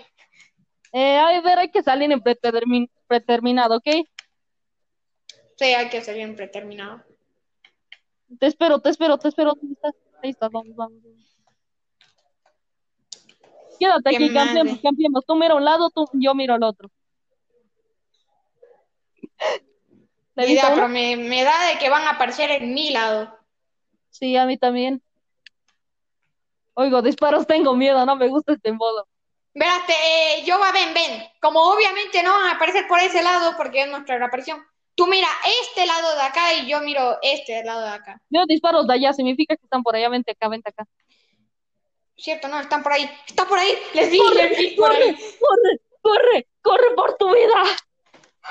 [SPEAKER 4] Eh, a ver, hay que salir en pretermin- preterminado, ¿ok?
[SPEAKER 3] Sí, hay que ser bien preterminado.
[SPEAKER 4] Te espero, te espero, te espero. ¿Dónde estás? Ahí está, vamos, vamos. vamos. Quédate
[SPEAKER 3] Qué
[SPEAKER 4] aquí, cambiemos,
[SPEAKER 3] madre.
[SPEAKER 4] cambiemos. Tú mira a un lado, tú, yo miro al otro.
[SPEAKER 3] Mira,
[SPEAKER 4] ¿La viste, eh?
[SPEAKER 3] pero
[SPEAKER 4] Ana?
[SPEAKER 3] me, me da de que van a aparecer en mi lado.
[SPEAKER 4] Sí, a mí también. Oigo, disparos, tengo miedo, no me gusta este modo.
[SPEAKER 3] Verás, te- eh, yo va, ven, ven. Como obviamente no van a aparecer por ese lado porque es nuestra reaparición. Tú mira este lado de acá y yo miro este lado de acá.
[SPEAKER 4] Veo disparos de allá, significa que están por allá, vente acá, vente acá.
[SPEAKER 3] ¿Cierto? No, están por ahí. ¡Están por ahí! ¡Les vi! ¡Les vi por
[SPEAKER 4] ¡Corre,
[SPEAKER 3] ahí!
[SPEAKER 4] corre, corre, corre por tu vida!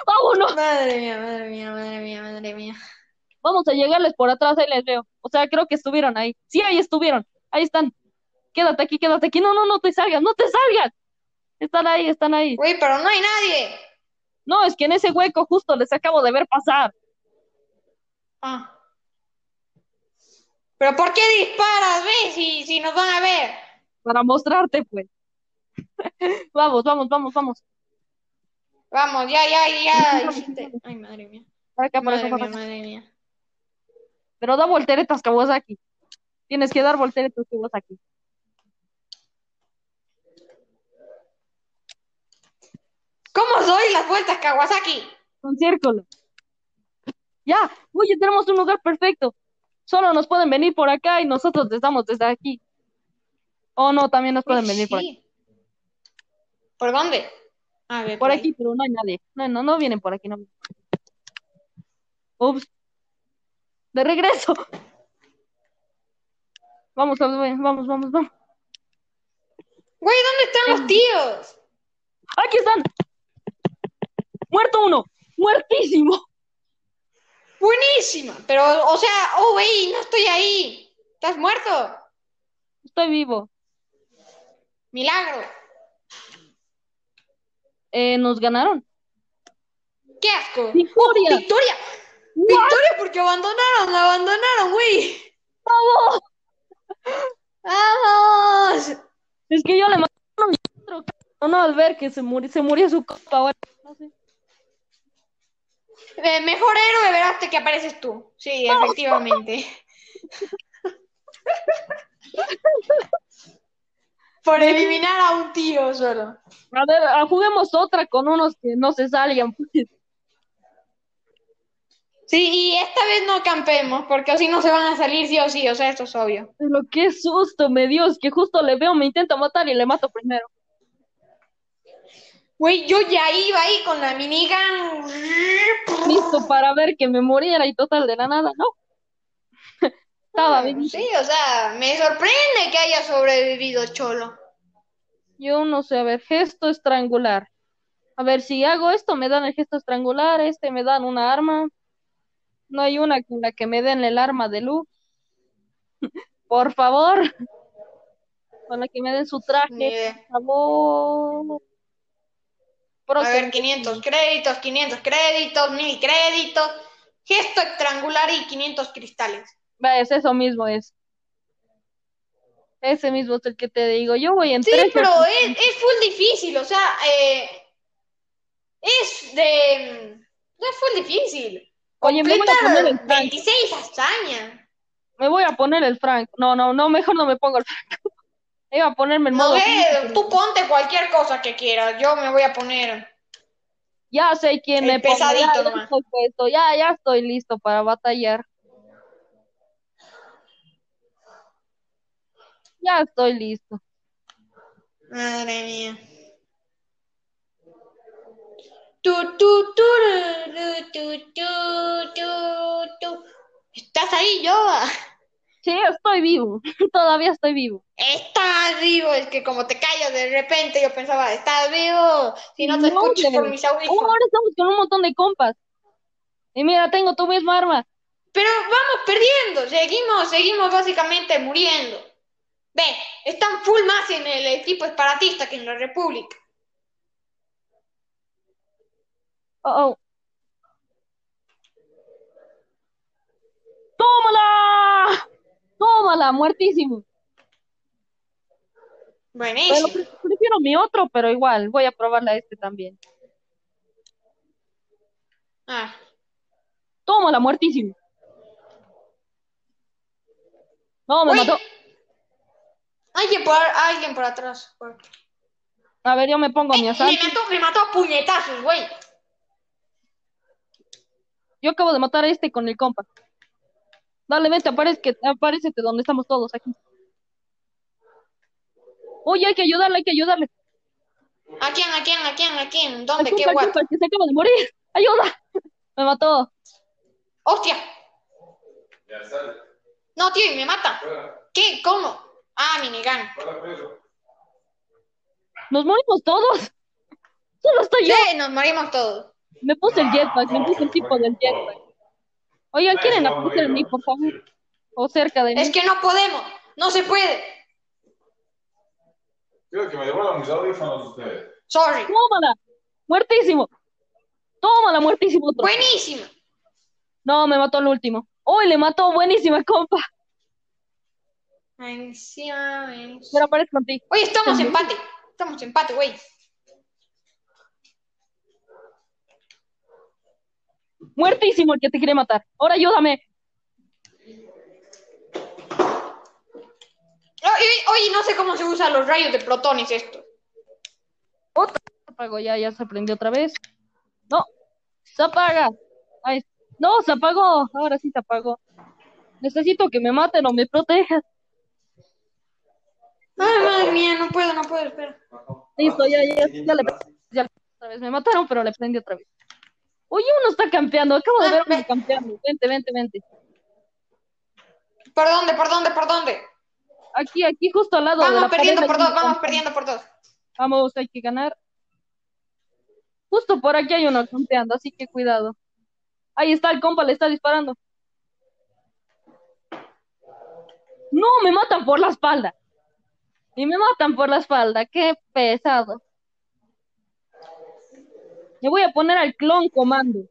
[SPEAKER 4] ¡Vámonos!
[SPEAKER 3] Madre mía, madre mía, madre mía, madre mía.
[SPEAKER 4] Vamos a llegarles por atrás, ahí les veo. O sea, creo que estuvieron ahí. Sí, ahí estuvieron. Ahí están. Quédate aquí, quédate aquí. No, no, no te salgas, no te salgas. Están ahí, están ahí.
[SPEAKER 3] Uy, pero no hay nadie.
[SPEAKER 4] No, es que en ese hueco justo les acabo de ver pasar.
[SPEAKER 3] Ah. ¿Pero por qué disparas, ve? Si, si nos van a ver.
[SPEAKER 4] Para mostrarte, pues. [laughs] vamos, vamos, vamos, vamos.
[SPEAKER 3] Vamos, ya, ya, ya. hiciste- Ay, madre mía.
[SPEAKER 4] Acá, para
[SPEAKER 3] Madre
[SPEAKER 4] acá, para
[SPEAKER 3] mía,
[SPEAKER 4] acá.
[SPEAKER 3] madre mía.
[SPEAKER 4] Pero da volteretas, Kawasaki. Tienes que dar volteretas, Kawasaki.
[SPEAKER 3] ¿Cómo doy las vueltas, Kawasaki?
[SPEAKER 4] Con círculo. Ya, oye, tenemos un lugar perfecto. Solo nos pueden venir por acá y nosotros estamos desde aquí. O no, también nos pueden
[SPEAKER 3] Uy,
[SPEAKER 4] venir por
[SPEAKER 3] sí.
[SPEAKER 4] aquí.
[SPEAKER 3] ¿Por dónde? A ver,
[SPEAKER 4] Por
[SPEAKER 3] ahí.
[SPEAKER 4] aquí, pero no hay nadie. No, no, no vienen por aquí. No. Ups. De regreso. Vamos, vamos, vamos, vamos. vamos.
[SPEAKER 3] Güey, ¿dónde están
[SPEAKER 4] Ah.
[SPEAKER 3] los tíos?
[SPEAKER 4] Aquí están. Muerto uno. Muertísimo.
[SPEAKER 3] Buenísima. Pero, o sea, oh, güey, no estoy ahí. ¿Estás muerto?
[SPEAKER 4] Estoy vivo.
[SPEAKER 3] Milagro.
[SPEAKER 4] Eh, nos ganaron.
[SPEAKER 3] ¡Qué asco!
[SPEAKER 4] Victoria.
[SPEAKER 3] ¡Victoria! ¡Victoria porque abandonaron! ¡La abandonaron, güey!
[SPEAKER 4] ¡Vamos!
[SPEAKER 3] ¡Vamos!
[SPEAKER 4] Es que yo le mandé a mi otro c- no al ver que se murió, se murió su copa. bueno, no sé.
[SPEAKER 3] Eh, mejor héroe, verás, te que apareces tú. Sí, efectivamente. [laughs] Por eliminar a un tío solo.
[SPEAKER 4] A ver, ah, juguemos otra con unos que no se salgan. pues.
[SPEAKER 3] Sí, y esta vez no campemos, porque si no se van a salir sí o sí, o sea, esto es obvio.
[SPEAKER 4] Pero qué susto, me dio. Es que justo le veo, me intenta matar y le mato primero.
[SPEAKER 3] Güey, yo ya iba ahí con la minigun.
[SPEAKER 4] Listo para ver que me muriera y total de la nada, ¿no? [laughs] Estaba bien.
[SPEAKER 3] Sí, o sea, me sorprende que haya sobrevivido Cholo.
[SPEAKER 4] Yo no sé, a ver, gesto estrangular. A ver, si hago esto, me dan el gesto estrangular, este me dan una arma. No hay una con la que me den el arma de luz. [laughs] Por favor. [laughs] Con la que me den su
[SPEAKER 3] Ni
[SPEAKER 4] traje,
[SPEAKER 3] idea.
[SPEAKER 4] por favor.
[SPEAKER 3] Eh, A ver,
[SPEAKER 4] Próximo.
[SPEAKER 3] 500 créditos, 500 créditos, 1000 créditos, gesto rectangular y 500 cristales.
[SPEAKER 4] Va, Es eso mismo, es. Ese mismo es el que te digo. Yo voy en
[SPEAKER 3] Sí,
[SPEAKER 4] tres
[SPEAKER 3] pero
[SPEAKER 4] o-
[SPEAKER 3] es, es full difícil, o sea, eh, es de... No es full difícil.
[SPEAKER 4] Oye, me voy a
[SPEAKER 3] Completa
[SPEAKER 4] poner el Frank.
[SPEAKER 3] 26 hazañas.
[SPEAKER 4] Me voy a poner el Frank. No, no, no, mejor no me pongo el Frank. [laughs] Iba a ponerme el
[SPEAKER 3] No
[SPEAKER 4] modo.
[SPEAKER 3] ve, tú ponte cualquier cosa que quieras, yo me voy a poner...
[SPEAKER 4] Ya sé quién
[SPEAKER 3] El
[SPEAKER 4] me pongo,
[SPEAKER 3] pesadito
[SPEAKER 4] ya, ya
[SPEAKER 3] nomás.
[SPEAKER 4] estoy puesto, ya, ya estoy listo para batallar. Ya estoy listo.
[SPEAKER 3] Madre mía. Tu, tu, tu, ru, ru, tu, tu, tu, tu. ¿Estás ahí, Yoda?
[SPEAKER 4] Sí, estoy vivo. [laughs] Todavía estoy vivo.
[SPEAKER 3] Estás vivo, es que como te callas de repente, yo pensaba, estás vivo, si no te
[SPEAKER 4] No,
[SPEAKER 3] escucho
[SPEAKER 4] pero-
[SPEAKER 3] por mis
[SPEAKER 4] Oh,
[SPEAKER 3] audífonos.
[SPEAKER 4] ahora estamos con un montón de compas. Y mira, tengo tu misma arma.
[SPEAKER 3] Pero vamos perdiendo, seguimos, seguimos básicamente muriendo. Ve, están full más en el equipo esparatista que en la República.
[SPEAKER 4] Oh, oh. ¡Tómala! ¡Tómala! Muertísimo. Pero
[SPEAKER 3] Buenísimo.
[SPEAKER 4] pre- prefiero mi otro, pero igual, voy a probarla este también.
[SPEAKER 3] Ah.
[SPEAKER 4] Tómala, muertísimo. No, me
[SPEAKER 3] Uy.
[SPEAKER 4] mató.
[SPEAKER 3] Alguien por, alguien por atrás. güey.
[SPEAKER 4] A ver, yo me pongo mi
[SPEAKER 3] Me
[SPEAKER 4] asalto.
[SPEAKER 3] mató, me mató a puñetazos, güey.
[SPEAKER 4] Yo acabo de matar a este con el compa. Dale, vente, aparece, aparécete donde estamos todos aquí. Oye, hay que ayudarle, hay que ayudarle.
[SPEAKER 3] ¿A quién, a quién, a quién, a quién? ¿Dónde?
[SPEAKER 4] Al
[SPEAKER 3] ¿Qué
[SPEAKER 4] compa, al
[SPEAKER 3] guapo?
[SPEAKER 4] compa, que se acaba de morir. ¡Ayuda! Me mató.
[SPEAKER 3] ¡Hostia! No, tío, y me mata. ¿Qué? ¿Cómo? Ah, minigun.
[SPEAKER 4] Nos morimos todos. Solo estoy yo.
[SPEAKER 3] Sí, nos morimos todos.
[SPEAKER 4] Me puse el jetpack, me puse el tipo del jetpack. Oigan, ¿quieren aparecer en mí, por favor? O cerca de mí.
[SPEAKER 3] Es que no podemos. No se puede.
[SPEAKER 5] Quiero que me devuelvan mis audífonos ustedes.
[SPEAKER 3] Sorry.
[SPEAKER 4] ¡Tómala! ¡Muertísimo! ¡Tómala, muertísimo! Otro.
[SPEAKER 3] Buenísimo.
[SPEAKER 4] No, me mató el último. ¡Uy, le mató! ¡Buenísima, compa!
[SPEAKER 3] Encima, encima.
[SPEAKER 4] Pero aparezco en ti.
[SPEAKER 3] Oye, estamos empate. Estamos empate, güey.
[SPEAKER 4] Muertísimo el que te quiere matar. Ahora ayúdame.
[SPEAKER 3] Oye, oye, no sé cómo se usan los rayos de protones esto.
[SPEAKER 4] Se apagó, ya, ya se prendió otra vez. No, se apaga. Ahí es- No, se apagó. Ahora sí se apagó. Necesito que me maten o me protejan.
[SPEAKER 3] Ay, madre mía, no puedo, no puedo, espera.
[SPEAKER 4] Listo, ya, ya, ya le ya le- otra vez. Me mataron, pero le prendí otra vez. Oye, uno está campeando. Acabo de ver uno campeando. Vente, vente, vente.
[SPEAKER 3] ¿Por dónde, por dónde, por dónde?
[SPEAKER 4] Aquí, aquí, justo al lado de la
[SPEAKER 3] Vamos perdiendo
[SPEAKER 4] pared,
[SPEAKER 3] por
[SPEAKER 4] hay
[SPEAKER 3] dos,
[SPEAKER 4] un
[SPEAKER 3] vamos
[SPEAKER 4] campeón.
[SPEAKER 3] perdiendo por dos.
[SPEAKER 4] Vamos, hay que ganar. Justo por aquí hay uno campeando, así que cuidado. Ahí está el compa, le está disparando. No, me matan por la espalda. Y me matan por la espalda, qué pesado. Le voy a poner al clon comando.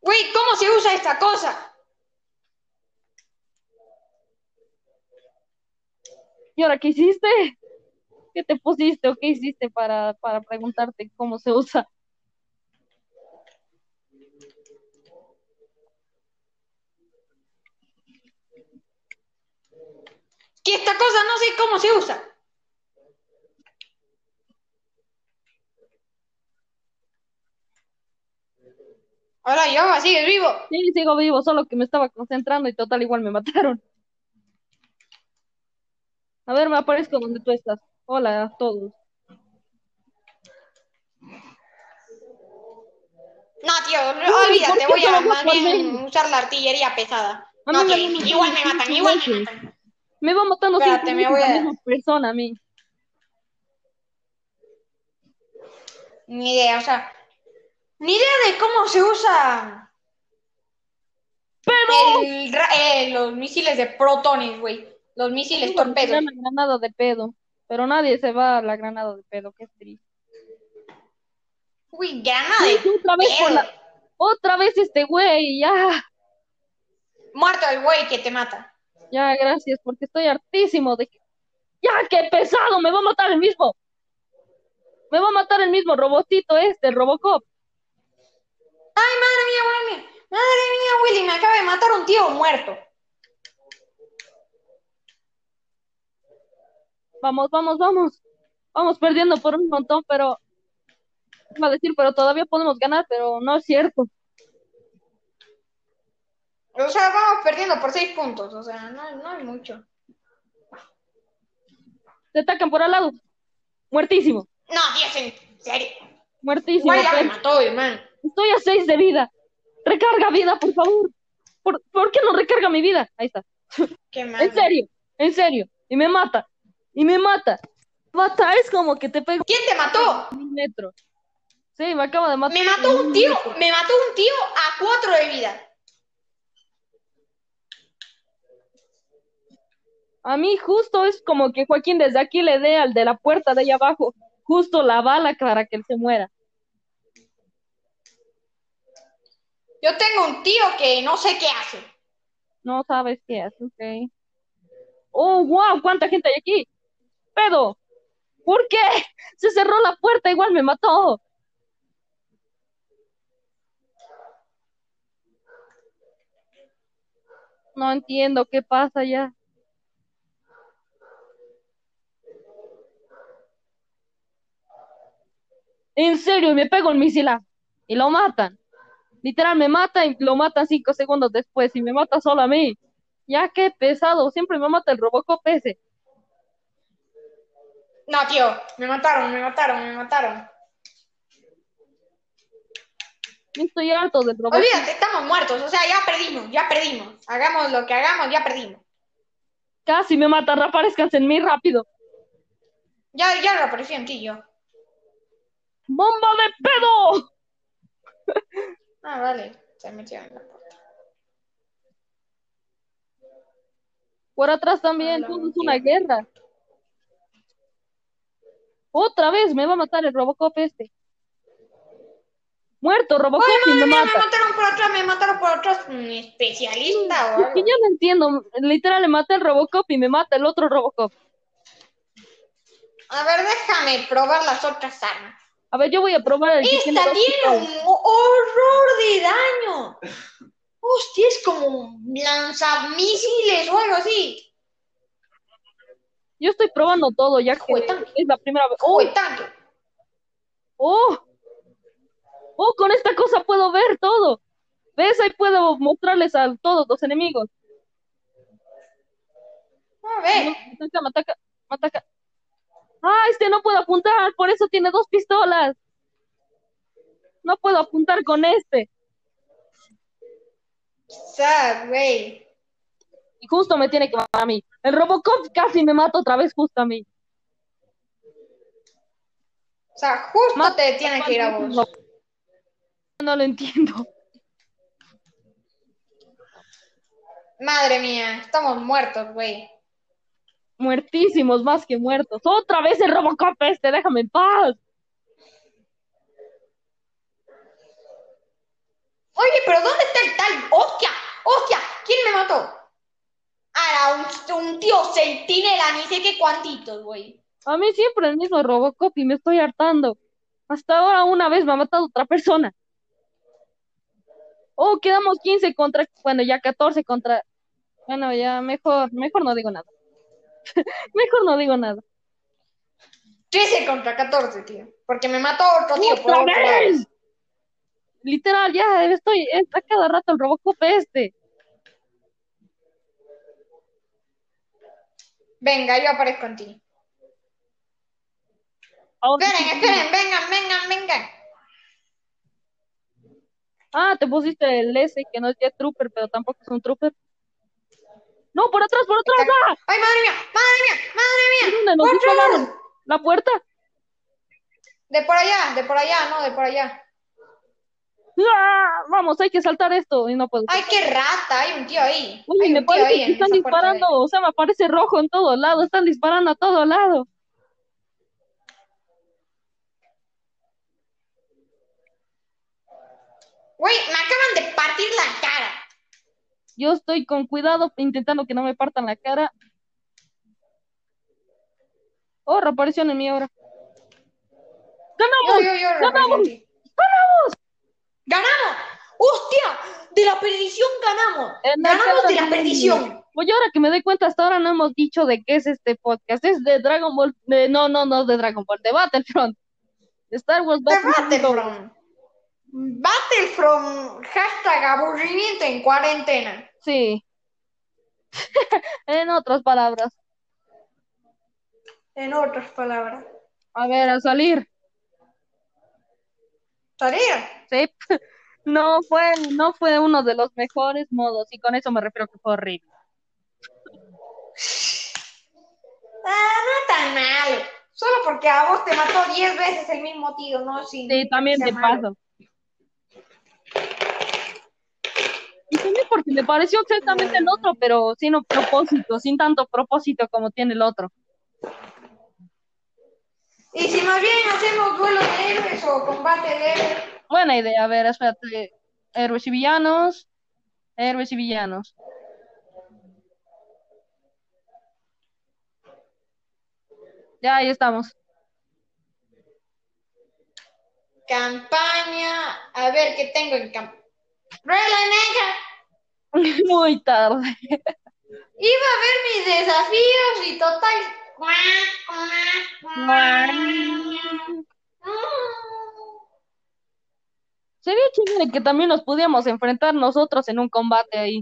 [SPEAKER 3] Güey, ¿cómo se usa esta cosa?
[SPEAKER 4] ¿Y ahora qué hiciste? ¿Qué te pusiste o qué hiciste para, para preguntarte cómo se usa?
[SPEAKER 3] Que esta cosa no sé cómo se usa. Ahora yo, sigues vivo.
[SPEAKER 4] Sí, sigo vivo, solo que me estaba concentrando y total igual me mataron. A ver, me aparezco donde tú estás. Hola a todos.
[SPEAKER 3] No, tío, olvídate,
[SPEAKER 4] ¿por
[SPEAKER 3] voy
[SPEAKER 4] qué
[SPEAKER 3] a
[SPEAKER 4] solo
[SPEAKER 3] más
[SPEAKER 4] por
[SPEAKER 3] bien
[SPEAKER 4] mí?
[SPEAKER 3] usar la artillería pesada.
[SPEAKER 4] A
[SPEAKER 3] No,
[SPEAKER 4] mí
[SPEAKER 3] tío,
[SPEAKER 4] me
[SPEAKER 3] igual
[SPEAKER 4] matan
[SPEAKER 3] me matan,
[SPEAKER 4] cinco
[SPEAKER 3] igual me
[SPEAKER 4] veces.
[SPEAKER 3] matan.
[SPEAKER 4] Me va matando
[SPEAKER 3] Espérate,
[SPEAKER 4] cinco
[SPEAKER 3] me
[SPEAKER 4] veces
[SPEAKER 3] voy
[SPEAKER 4] la
[SPEAKER 3] a-
[SPEAKER 4] misma persona a mí.
[SPEAKER 3] Ni idea, o sea, ni idea de cómo se usa el ra- eh, los misiles de protones, güey. Los misiles
[SPEAKER 4] Tengo que tirar
[SPEAKER 3] torpedos.
[SPEAKER 4] la granada de pedo. Pero nadie se va a la granada de pedo, qué triste.
[SPEAKER 3] Uy, granada eh. de
[SPEAKER 4] Sí, otra vez por
[SPEAKER 3] pedo.
[SPEAKER 4] la- Otra vez este güey, ya.
[SPEAKER 3] Muerto el güey que te mata.
[SPEAKER 4] Ya, gracias, porque estoy hartísimo de que... ¡Ya, qué pesado! ¡Me va a matar el mismo! Me va a matar el mismo robotito este, Robocop.
[SPEAKER 3] Ay, madre mía, madre mía. Madre mía, Willy, me acaba de matar un tío muerto.
[SPEAKER 4] Vamos, vamos, vamos. Vamos perdiendo por un montón, pero... Iba a decir, pero todavía podemos ganar, pero no es cierto.
[SPEAKER 3] O sea, vamos perdiendo por seis puntos. O sea, no, no hay mucho.
[SPEAKER 4] Te atacan por al lado. Muertísimo.
[SPEAKER 3] No, tío, es en serio.
[SPEAKER 4] Muertísimo.
[SPEAKER 3] Igual ya me
[SPEAKER 4] pero
[SPEAKER 3] mató, hermano.
[SPEAKER 4] Estoy a seis de vida. Recarga vida, por favor. ¿Por, ¿por qué no recarga mi vida? Ahí está.
[SPEAKER 3] Qué mal.
[SPEAKER 4] En serio, en serio. Y me mata. Y me mata. Mata, es como que te pego
[SPEAKER 3] ¿Quién te mató?
[SPEAKER 4] un metro. Sí, me acaba de matar.
[SPEAKER 3] Me mató un tío, me mató un tío a cuatro de vida.
[SPEAKER 4] A mí justo es como que Joaquín desde aquí le dé al de la puerta de allá abajo justo la bala para que él se muera.
[SPEAKER 3] Yo tengo un tío que no sé qué hace.
[SPEAKER 4] No sabes qué hace, ok. Oh, wow, cuánta gente hay aquí. Pedo. ¿Por qué? Se cerró la puerta, igual me mató. No entiendo qué pasa ya. En serio, me pego el misilazo y lo matan. Literal, me matan y lo matan cinco segundos después y me mata solo a mí. Ya qué pesado, siempre me mata el Robocop ese.
[SPEAKER 3] No, tío, me mataron, me mataron, me mataron.
[SPEAKER 4] Yo Estoy harto del Robocop.
[SPEAKER 3] Olvídate, estamos muertos, o sea, ya perdimos, ya perdimos. Hagamos lo que hagamos, ya perdimos.
[SPEAKER 4] Casi me matan, aparezcanse en mí rápido.
[SPEAKER 3] Ya, ya reaparecí en ti yo.
[SPEAKER 4] ¡Bomba de pedo!
[SPEAKER 3] Ah, vale, se metió en la puerta.
[SPEAKER 4] Por atrás también,
[SPEAKER 3] Hola,
[SPEAKER 4] todo es
[SPEAKER 3] tío.
[SPEAKER 4] una guerra. Otra vez me va a matar el Robocop este. Muerto Robocop
[SPEAKER 3] Ay,
[SPEAKER 4] y
[SPEAKER 3] madre
[SPEAKER 4] me
[SPEAKER 3] mía, me
[SPEAKER 4] mata.
[SPEAKER 3] mataron por atrás, me mataron por atrás. Un especialista o
[SPEAKER 4] Es que
[SPEAKER 3] algo.
[SPEAKER 4] yo no entiendo. Literal, le maté el Robocop y me mata el otro Robocop.
[SPEAKER 3] A ver, déjame probar las otras armas.
[SPEAKER 4] A ver, yo voy a probar el que tiene
[SPEAKER 3] Esta
[SPEAKER 4] dos
[SPEAKER 3] tiene
[SPEAKER 4] pistolas.
[SPEAKER 3] un horror de daño. Hostia, es como un lanzamisiles o algo así.
[SPEAKER 4] Yo estoy probando todo, ya que
[SPEAKER 3] Jueta.
[SPEAKER 4] es la primera vez. ¡Oh!
[SPEAKER 3] Uy, tanto.
[SPEAKER 4] ¡Oh! ¡Oh! Con esta cosa puedo ver todo. ¿Ves? Ahí puedo mostrarles a todos los enemigos.
[SPEAKER 3] A
[SPEAKER 4] No,
[SPEAKER 3] ver.
[SPEAKER 4] me ataca, me ataca, me ataca. Ah, este no puedo apuntar, por eso tiene dos pistolas. No puedo apuntar con este.
[SPEAKER 3] Sad, güey.
[SPEAKER 4] Y justo me tiene que matar a mí. El Robocop casi me mata otra vez justo a mí.
[SPEAKER 3] O sea, justo
[SPEAKER 4] Ma-
[SPEAKER 3] te tiene que ir a vos.
[SPEAKER 4] No lo entiendo.
[SPEAKER 3] Madre mía, estamos muertos, güey.
[SPEAKER 4] Muertísimos, más que muertos. Otra vez el Robocop este, déjame en paz.
[SPEAKER 3] Oye, pero ¿dónde está el tal? ¡Hostia! ¡Hostia! ¿Quién me mató? Ah, era un, un tío centinela, ni sé qué cuantitos, güey.
[SPEAKER 4] A mí siempre el mismo Robocop y me estoy hartando. Hasta ahora una vez me ha matado otra persona. Oh, quedamos 15 contra, bueno, ya 14 contra. Bueno, ya mejor, mejor no digo nada. [laughs] mejor no digo nada.
[SPEAKER 3] 13 contra 14, tío. Porque me mató otro tío. por
[SPEAKER 4] ¡Otra
[SPEAKER 3] otro lado.
[SPEAKER 4] vez! Literal, ya estoy, es a cada rato el Robocop este.
[SPEAKER 3] Venga, yo aparezco en ti.
[SPEAKER 4] Ahora-
[SPEAKER 3] Esperen, esperen, vengan, vengan, vengan.
[SPEAKER 4] Ah, te pusiste el S que no es Jet Trooper, pero tampoco es un Trooper. No, por atrás, por atrás, ah,
[SPEAKER 3] ¡Ay, madre mía! ¡Madre mía! ¡Madre mía!
[SPEAKER 4] ¿dónde nos
[SPEAKER 3] ¡Otro!
[SPEAKER 4] dispararon? La puerta.
[SPEAKER 3] De por allá, de por allá, no, de por allá.
[SPEAKER 4] ¡Ah! Vamos, hay que saltar esto. Y no puedo.
[SPEAKER 3] ¡Ay, qué rata! Hay un tío ahí.
[SPEAKER 4] Uy,
[SPEAKER 3] Hay
[SPEAKER 4] me
[SPEAKER 3] un tío ahí
[SPEAKER 4] parece que
[SPEAKER 3] en
[SPEAKER 4] están
[SPEAKER 3] esa puerta de
[SPEAKER 4] disparando, o sea, me aparece rojo en todo lado, están disparando a todo lado.
[SPEAKER 3] Güey, me acaban de partir la cara.
[SPEAKER 4] Yo estoy con cuidado intentando que no me partan la cara. Oh, reapareció en mí ahora.
[SPEAKER 3] Yo,
[SPEAKER 4] ¡Ganamos!
[SPEAKER 3] yo, yo,
[SPEAKER 4] ¡Ganamos!
[SPEAKER 3] representé. ¡Ganamos! ¡Hostia! ¡De la perdición ganamos!
[SPEAKER 4] En la
[SPEAKER 3] ¡Ganamos
[SPEAKER 4] cara
[SPEAKER 3] de la
[SPEAKER 4] de-
[SPEAKER 3] perdición!
[SPEAKER 4] Pues yo ahora que me doy cuenta, hasta ahora no hemos dicho de qué es este podcast. Es de Dragon Ball, de- no, no, no, de Dragon Ball, de Battlefront. De Star Wars
[SPEAKER 3] De
[SPEAKER 4] Battlefront.
[SPEAKER 3] Battlefront. Battlefront, hashtag aburrimiento en cuarentena.
[SPEAKER 4] Sí. [laughs] en otras palabras.
[SPEAKER 3] En otras palabras.
[SPEAKER 4] A ver, a salir.
[SPEAKER 3] Tarea.
[SPEAKER 4] Sí. No fue, no fue uno de los mejores modos, y con eso me refiero que fue horrible.
[SPEAKER 3] Ah, no tan mal. Solo porque a vos te mató 10 veces el mismo tío, ¿no? Sí,
[SPEAKER 4] Sí, también
[SPEAKER 3] sea
[SPEAKER 4] te
[SPEAKER 3] malo.
[SPEAKER 4] paso. Y también porque me pareció exactamente el otro, pero sin un propósito, sin tanto propósito como tiene el otro.
[SPEAKER 3] Y si más bien hacemos duelo de héroes o combate de héroes.
[SPEAKER 4] Buena idea, a ver, espérate. Héroes y villanos. Héroes y villanos. Ya ahí estamos. [laughs]
[SPEAKER 3] Campaña. A ver qué tengo en campaña. ¡Regla negra!
[SPEAKER 4] Muy tarde.
[SPEAKER 3] Iba a ver mis desafíos y total. cuac, cuac, cuac. Mm.
[SPEAKER 4] Sería chévere que también nos pudiéramos enfrentar nosotros en un combate ahí.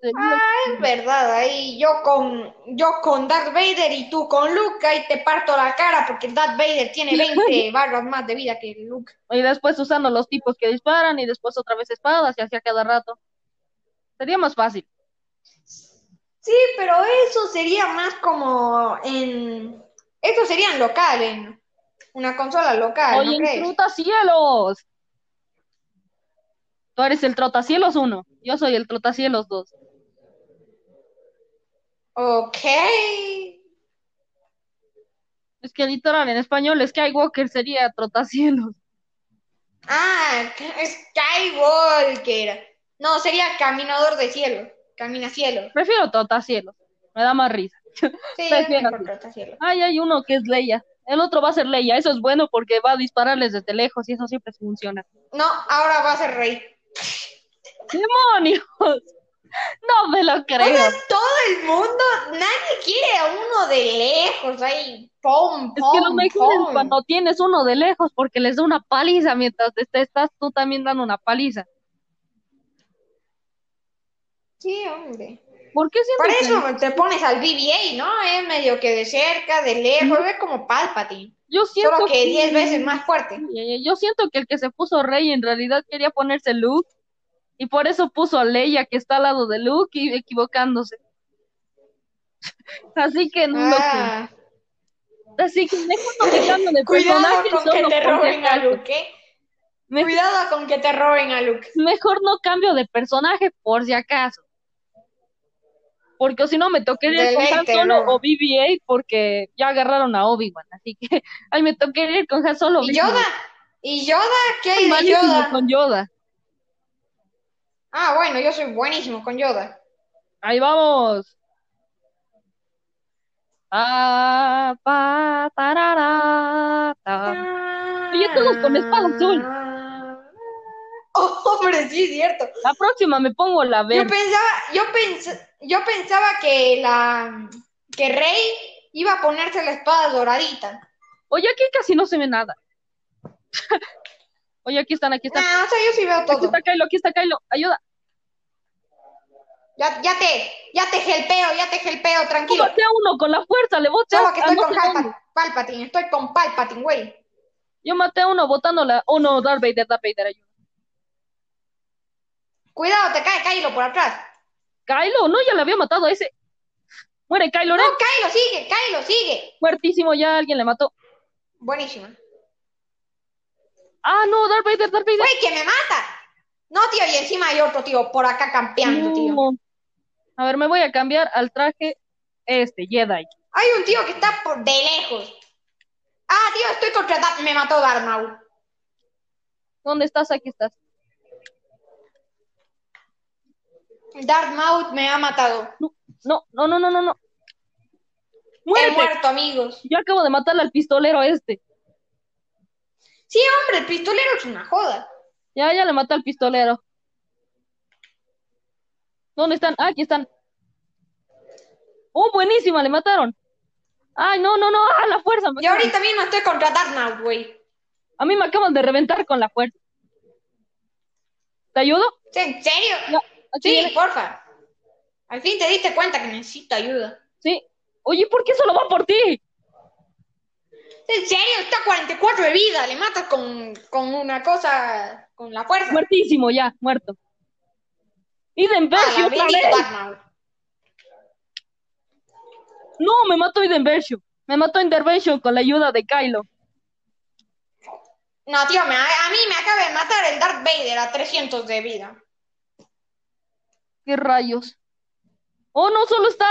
[SPEAKER 4] Sería-
[SPEAKER 3] Ah, es verdad, ahí yo con yo con Darth Vader y tú con Luke, ahí te parto la cara porque Darth Vader tiene
[SPEAKER 4] [laughs]
[SPEAKER 3] 20 barras más de vida que Luke.
[SPEAKER 4] Y después usando los tipos que disparan y después otra vez espadas y hacia cada rato. Sería más fácil.
[SPEAKER 3] Sí, pero eso sería más como en... Estos serían locales, ¿no? Una consola local, ¿no
[SPEAKER 4] Oye, en
[SPEAKER 3] crees?
[SPEAKER 4] Trotacielos. Tú eres el Trotacielos 1. Yo soy el Trotacielos 2.
[SPEAKER 3] Ok.
[SPEAKER 4] Es que literal en español Skywalker sería Trotacielos. [laughs]
[SPEAKER 3] Ah, Skywalker. No, sería Caminador de Cielo. Camina Cielo.
[SPEAKER 4] Prefiero Trotacielos. Me da más risa.
[SPEAKER 3] Sí,
[SPEAKER 4] Está
[SPEAKER 3] yo
[SPEAKER 4] bien,
[SPEAKER 3] mejor
[SPEAKER 4] así.
[SPEAKER 3] trata Cielo.
[SPEAKER 4] Ay, hay uno que es Leia. El otro va a ser Leia. Eso es bueno porque va a dispararles desde lejos y eso siempre funciona.
[SPEAKER 3] No, ahora va a ser rey.
[SPEAKER 4] ¡Demonios! [laughs] No me lo
[SPEAKER 3] O sea,
[SPEAKER 4] creo.
[SPEAKER 3] todo el mundo, nadie quiere a uno de lejos, ahí, pom,
[SPEAKER 4] Es que lo
[SPEAKER 3] pom,
[SPEAKER 4] mejor es
[SPEAKER 3] pom.
[SPEAKER 4] cuando tienes uno de lejos porque les da una paliza mientras te te estás tú también dando una paliza.
[SPEAKER 3] Sí, hombre.
[SPEAKER 4] ¿Por qué siento
[SPEAKER 3] Por
[SPEAKER 4] que-
[SPEAKER 3] eso te pones al BBA, ¿no? Es medio que de cerca, de lejos, es como Palpatine,
[SPEAKER 4] yo siento
[SPEAKER 3] solo que 10 veces más fuerte.
[SPEAKER 4] Eh, Yo siento que el que se puso rey en realidad quería ponerse Luke y por eso puso a Leia que está al lado de Luke y equivocándose. [laughs] Así que no sé.
[SPEAKER 3] Ah,
[SPEAKER 4] Así que mejor no se cambien de
[SPEAKER 3] [laughs] cuidado
[SPEAKER 4] personaje
[SPEAKER 3] con
[SPEAKER 4] solo
[SPEAKER 3] que te
[SPEAKER 4] por si
[SPEAKER 3] roben a
[SPEAKER 4] acaso.
[SPEAKER 3] Luke, ¿eh?
[SPEAKER 4] Me-
[SPEAKER 3] Cuidado con que te roben a Luke.
[SPEAKER 4] Mejor no cambio de personaje por si acaso. Porque si no me tocaría
[SPEAKER 3] Del
[SPEAKER 4] ir con Han
[SPEAKER 3] 20,
[SPEAKER 4] Solo
[SPEAKER 3] ¿no?
[SPEAKER 4] o BB-8 porque ya agarraron a Obi-Wan. Así que [laughs] ay, me tocaría ir con Han Solo. o
[SPEAKER 3] ¿Y
[SPEAKER 4] BB-8.
[SPEAKER 3] Yoda? ¿Y Yoda? ¿Qué
[SPEAKER 4] Soy
[SPEAKER 3] hay de
[SPEAKER 4] malísimo
[SPEAKER 3] Yoda?
[SPEAKER 4] con Yoda.
[SPEAKER 3] Ah, bueno, yo soy buenísimo con Yoda.
[SPEAKER 4] Ahí vamos. Ah, pa, tarara, ta. Oye, todos con espada azul.
[SPEAKER 3] Oh, [laughs] hombre, sí, cierto.
[SPEAKER 4] La próxima me pongo la
[SPEAKER 3] Yo
[SPEAKER 4] verde.
[SPEAKER 3] pensaba, yo pens- yo pensaba que la que Rey iba a ponerse la espada doradita.
[SPEAKER 4] Oye, aquí casi no se ve nada. [laughs] Oye, aquí están, aquí están.
[SPEAKER 3] Nah, Ah, o sea, yo sí veo
[SPEAKER 4] Aquí
[SPEAKER 3] todo.
[SPEAKER 4] está Kylo, aquí está Kylo. Ayuda.
[SPEAKER 3] Ya, ya te, ya te gelpeo, ya te gelpeo,
[SPEAKER 4] Solo
[SPEAKER 3] tranquilo.
[SPEAKER 4] a uno con la fuerza, le boté.
[SPEAKER 3] Solo que
[SPEAKER 4] a
[SPEAKER 3] estoy
[SPEAKER 4] no
[SPEAKER 3] con
[SPEAKER 4] sé dónde.
[SPEAKER 3] Palpa- Palpatine, estoy con Palpatine, güey.
[SPEAKER 4] Yo maté a uno botándola. Oh no, Darth Vader, Darth Vader, ayuda.
[SPEAKER 3] Cuidado, te cae Kylo por atrás.
[SPEAKER 4] Kylo, no, ya le había matado a ese. Muere
[SPEAKER 3] No,
[SPEAKER 4] Kylo, ¿no?
[SPEAKER 3] Kylo, sigue, Kylo, sigue.
[SPEAKER 4] Muertísimo, ya alguien le mató.
[SPEAKER 3] Buenísima.
[SPEAKER 4] Ah, no, Darth Vader, Darth Vader.
[SPEAKER 3] Güey, que me mata. No, tío, y encima hay otro tío por acá campeando, tío.
[SPEAKER 4] No. A ver, me voy a cambiar al traje este, Jedi.
[SPEAKER 3] Hay un tío que está por de lejos. Ah, tío, estoy contra Dar- Me mató Darnau.
[SPEAKER 4] ¿Dónde estás? Aquí estás.
[SPEAKER 3] Darth Maul me ha matado.
[SPEAKER 4] No, no, no, no, no, no.
[SPEAKER 3] He
[SPEAKER 4] ¡Muérete!
[SPEAKER 3] muerto, amigos.
[SPEAKER 4] Yo acabo de matarle al pistolero este.
[SPEAKER 3] Sí, hombre, el pistolero es una joda.
[SPEAKER 4] Ya, ya le maté al pistolero. ¿Dónde están? Ah, aquí están. ¡Oh, buenísima! Le mataron. ¡Ay, no, no, no! ¡Ah, la fuerza! Me
[SPEAKER 3] Y
[SPEAKER 4] acaban-
[SPEAKER 3] ahorita mismo estoy contra Darnau, güey.
[SPEAKER 4] A mí me acaban de reventar con la fuerza. ¿Te ayudo?
[SPEAKER 3] ¿En serio?
[SPEAKER 4] Ya, aquí
[SPEAKER 3] Sí,
[SPEAKER 4] viene.
[SPEAKER 3] porfa. Al fin te diste cuenta que necesito ayuda.
[SPEAKER 4] Sí. Oye, ¿por qué solo va por ti?
[SPEAKER 3] ¿En serio? Está a 44 de vida. Le matas con, con una cosa... Con la fuerza.
[SPEAKER 4] Muertísimo ya, muerto. Iden
[SPEAKER 3] Ah,
[SPEAKER 4] Versio
[SPEAKER 3] la
[SPEAKER 4] otra
[SPEAKER 3] bendita
[SPEAKER 4] vez.
[SPEAKER 3] Darnau.
[SPEAKER 4] No, me mató Iden Versio. Me mató Intervention con la ayuda de Kylo.
[SPEAKER 3] No, tío, me- a, a mí me acaba de matar el Darth Vader a 300 de vida.
[SPEAKER 4] ¿Qué rayos? Oh, no, solo está,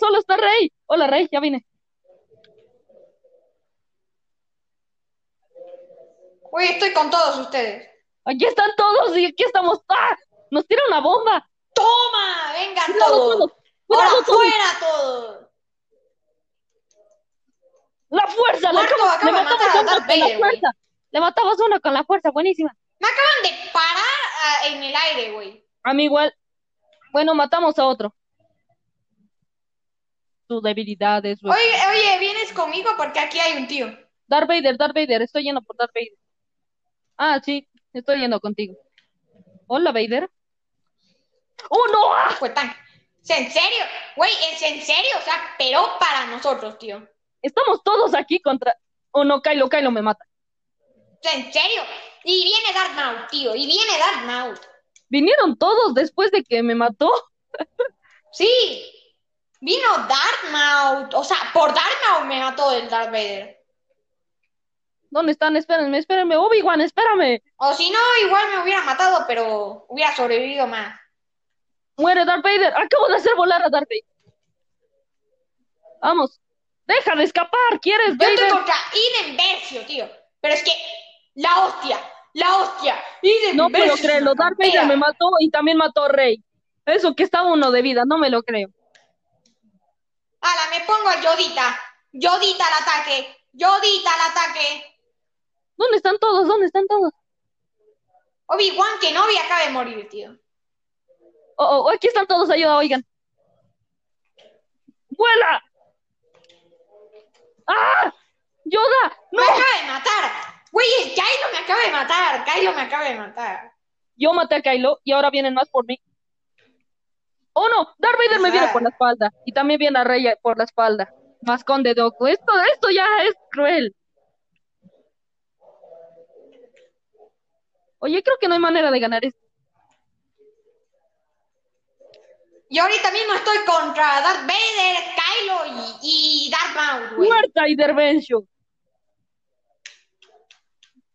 [SPEAKER 4] solo está Rey. Hola, Rey, ya vine.
[SPEAKER 3] Güey, estoy con todos ustedes.
[SPEAKER 4] Aquí están todos y aquí estamos. ¡Ah! Nos tira una bomba.
[SPEAKER 3] ¡Toma! ¡Vengan
[SPEAKER 4] Cuidado
[SPEAKER 3] todos!
[SPEAKER 4] todos.
[SPEAKER 3] ¡Ahora
[SPEAKER 4] Cuidado todos.
[SPEAKER 3] fuera todos!
[SPEAKER 4] La fuerza, la
[SPEAKER 3] Marco
[SPEAKER 4] acabas-
[SPEAKER 3] acaba de
[SPEAKER 4] le matabas
[SPEAKER 3] matar a
[SPEAKER 4] una
[SPEAKER 3] Darth
[SPEAKER 4] con la
[SPEAKER 3] Vader, güey.
[SPEAKER 4] fuerza. Le matabas una con la fuerza, buenísima.
[SPEAKER 3] Me acaban de parar ah, en el aire, güey.
[SPEAKER 4] A mí igual. Bueno, matamos a otro. Sus debilidades, güey.
[SPEAKER 3] Oye, oye, ¿vienes conmigo? Porque aquí hay un tío.
[SPEAKER 4] Darth Vader, Darth Vader, estoy yendo por Darth Vader. Ah, sí, estoy yendo contigo. Hola, Vader. ¡Oh, no! ¡Ah!
[SPEAKER 3] Pues tan. ¿Es en serio? Güey, es en serio. O sea, pero para nosotros, tío.
[SPEAKER 4] Estamos todos aquí contra... Oh, no, Kylo, Kylo me mata.
[SPEAKER 3] O sea, en serio. Y viene Darth Maul, tío. Y viene Darth Maul.
[SPEAKER 4] Vinieron todos después de que me mató.
[SPEAKER 3] Sí. Vino Darth Maul. O sea, por Darth Maul me mató el Darth Vader.
[SPEAKER 4] ¿Dónde están? Espérenme, espérenme. Obi-Wan, espérame.
[SPEAKER 3] O si no, igual me hubiera matado, pero hubiera sobrevivido más.
[SPEAKER 4] Muere Darth Vader. Acabo de hacer volar a Darth Vader. Vamos. Deja de escapar. ¿Quieres,
[SPEAKER 3] Yo estoy
[SPEAKER 4] Vader?
[SPEAKER 3] contra Iden Versio, tío. Pero es que, la hostia, la hostia. Iden
[SPEAKER 4] No puedo
[SPEAKER 3] Versio es
[SPEAKER 4] creerlo.
[SPEAKER 3] una
[SPEAKER 4] Darth Vader
[SPEAKER 3] campera.
[SPEAKER 4] me mató y también mató a Rey. Eso que estaba uno de vida. No me lo creo.
[SPEAKER 3] Ala, me pongo al Yodita. Yodita al ataque. Yodita al ataque.
[SPEAKER 4] ¿Dónde están todos? ¿Dónde están todos?
[SPEAKER 3] Obi-Wan Kenobi acaba de morir, tío.
[SPEAKER 4] Oh, oh, aquí están todos. Ayuda, oigan. ¡Vuela! ¡Ah! ¡Yoda!
[SPEAKER 3] Me acaba de matar. Güey, el Kylo me acaba de matar. Kylo me acaba de matar.
[SPEAKER 4] Yo maté a Kylo y ahora vienen más por mí. Oh no, Darth Vader me viene
[SPEAKER 3] Ah.
[SPEAKER 4] por la espalda y también viene a Rey por la espalda. Más con de Dooku. Esto, esto ya es cruel. Oye, creo que no hay manera de ganar esto.
[SPEAKER 3] Yo ahorita mismo estoy contra Darth Vader, Kylo y, y Darth Maul, güey.
[SPEAKER 4] Muerta intervención.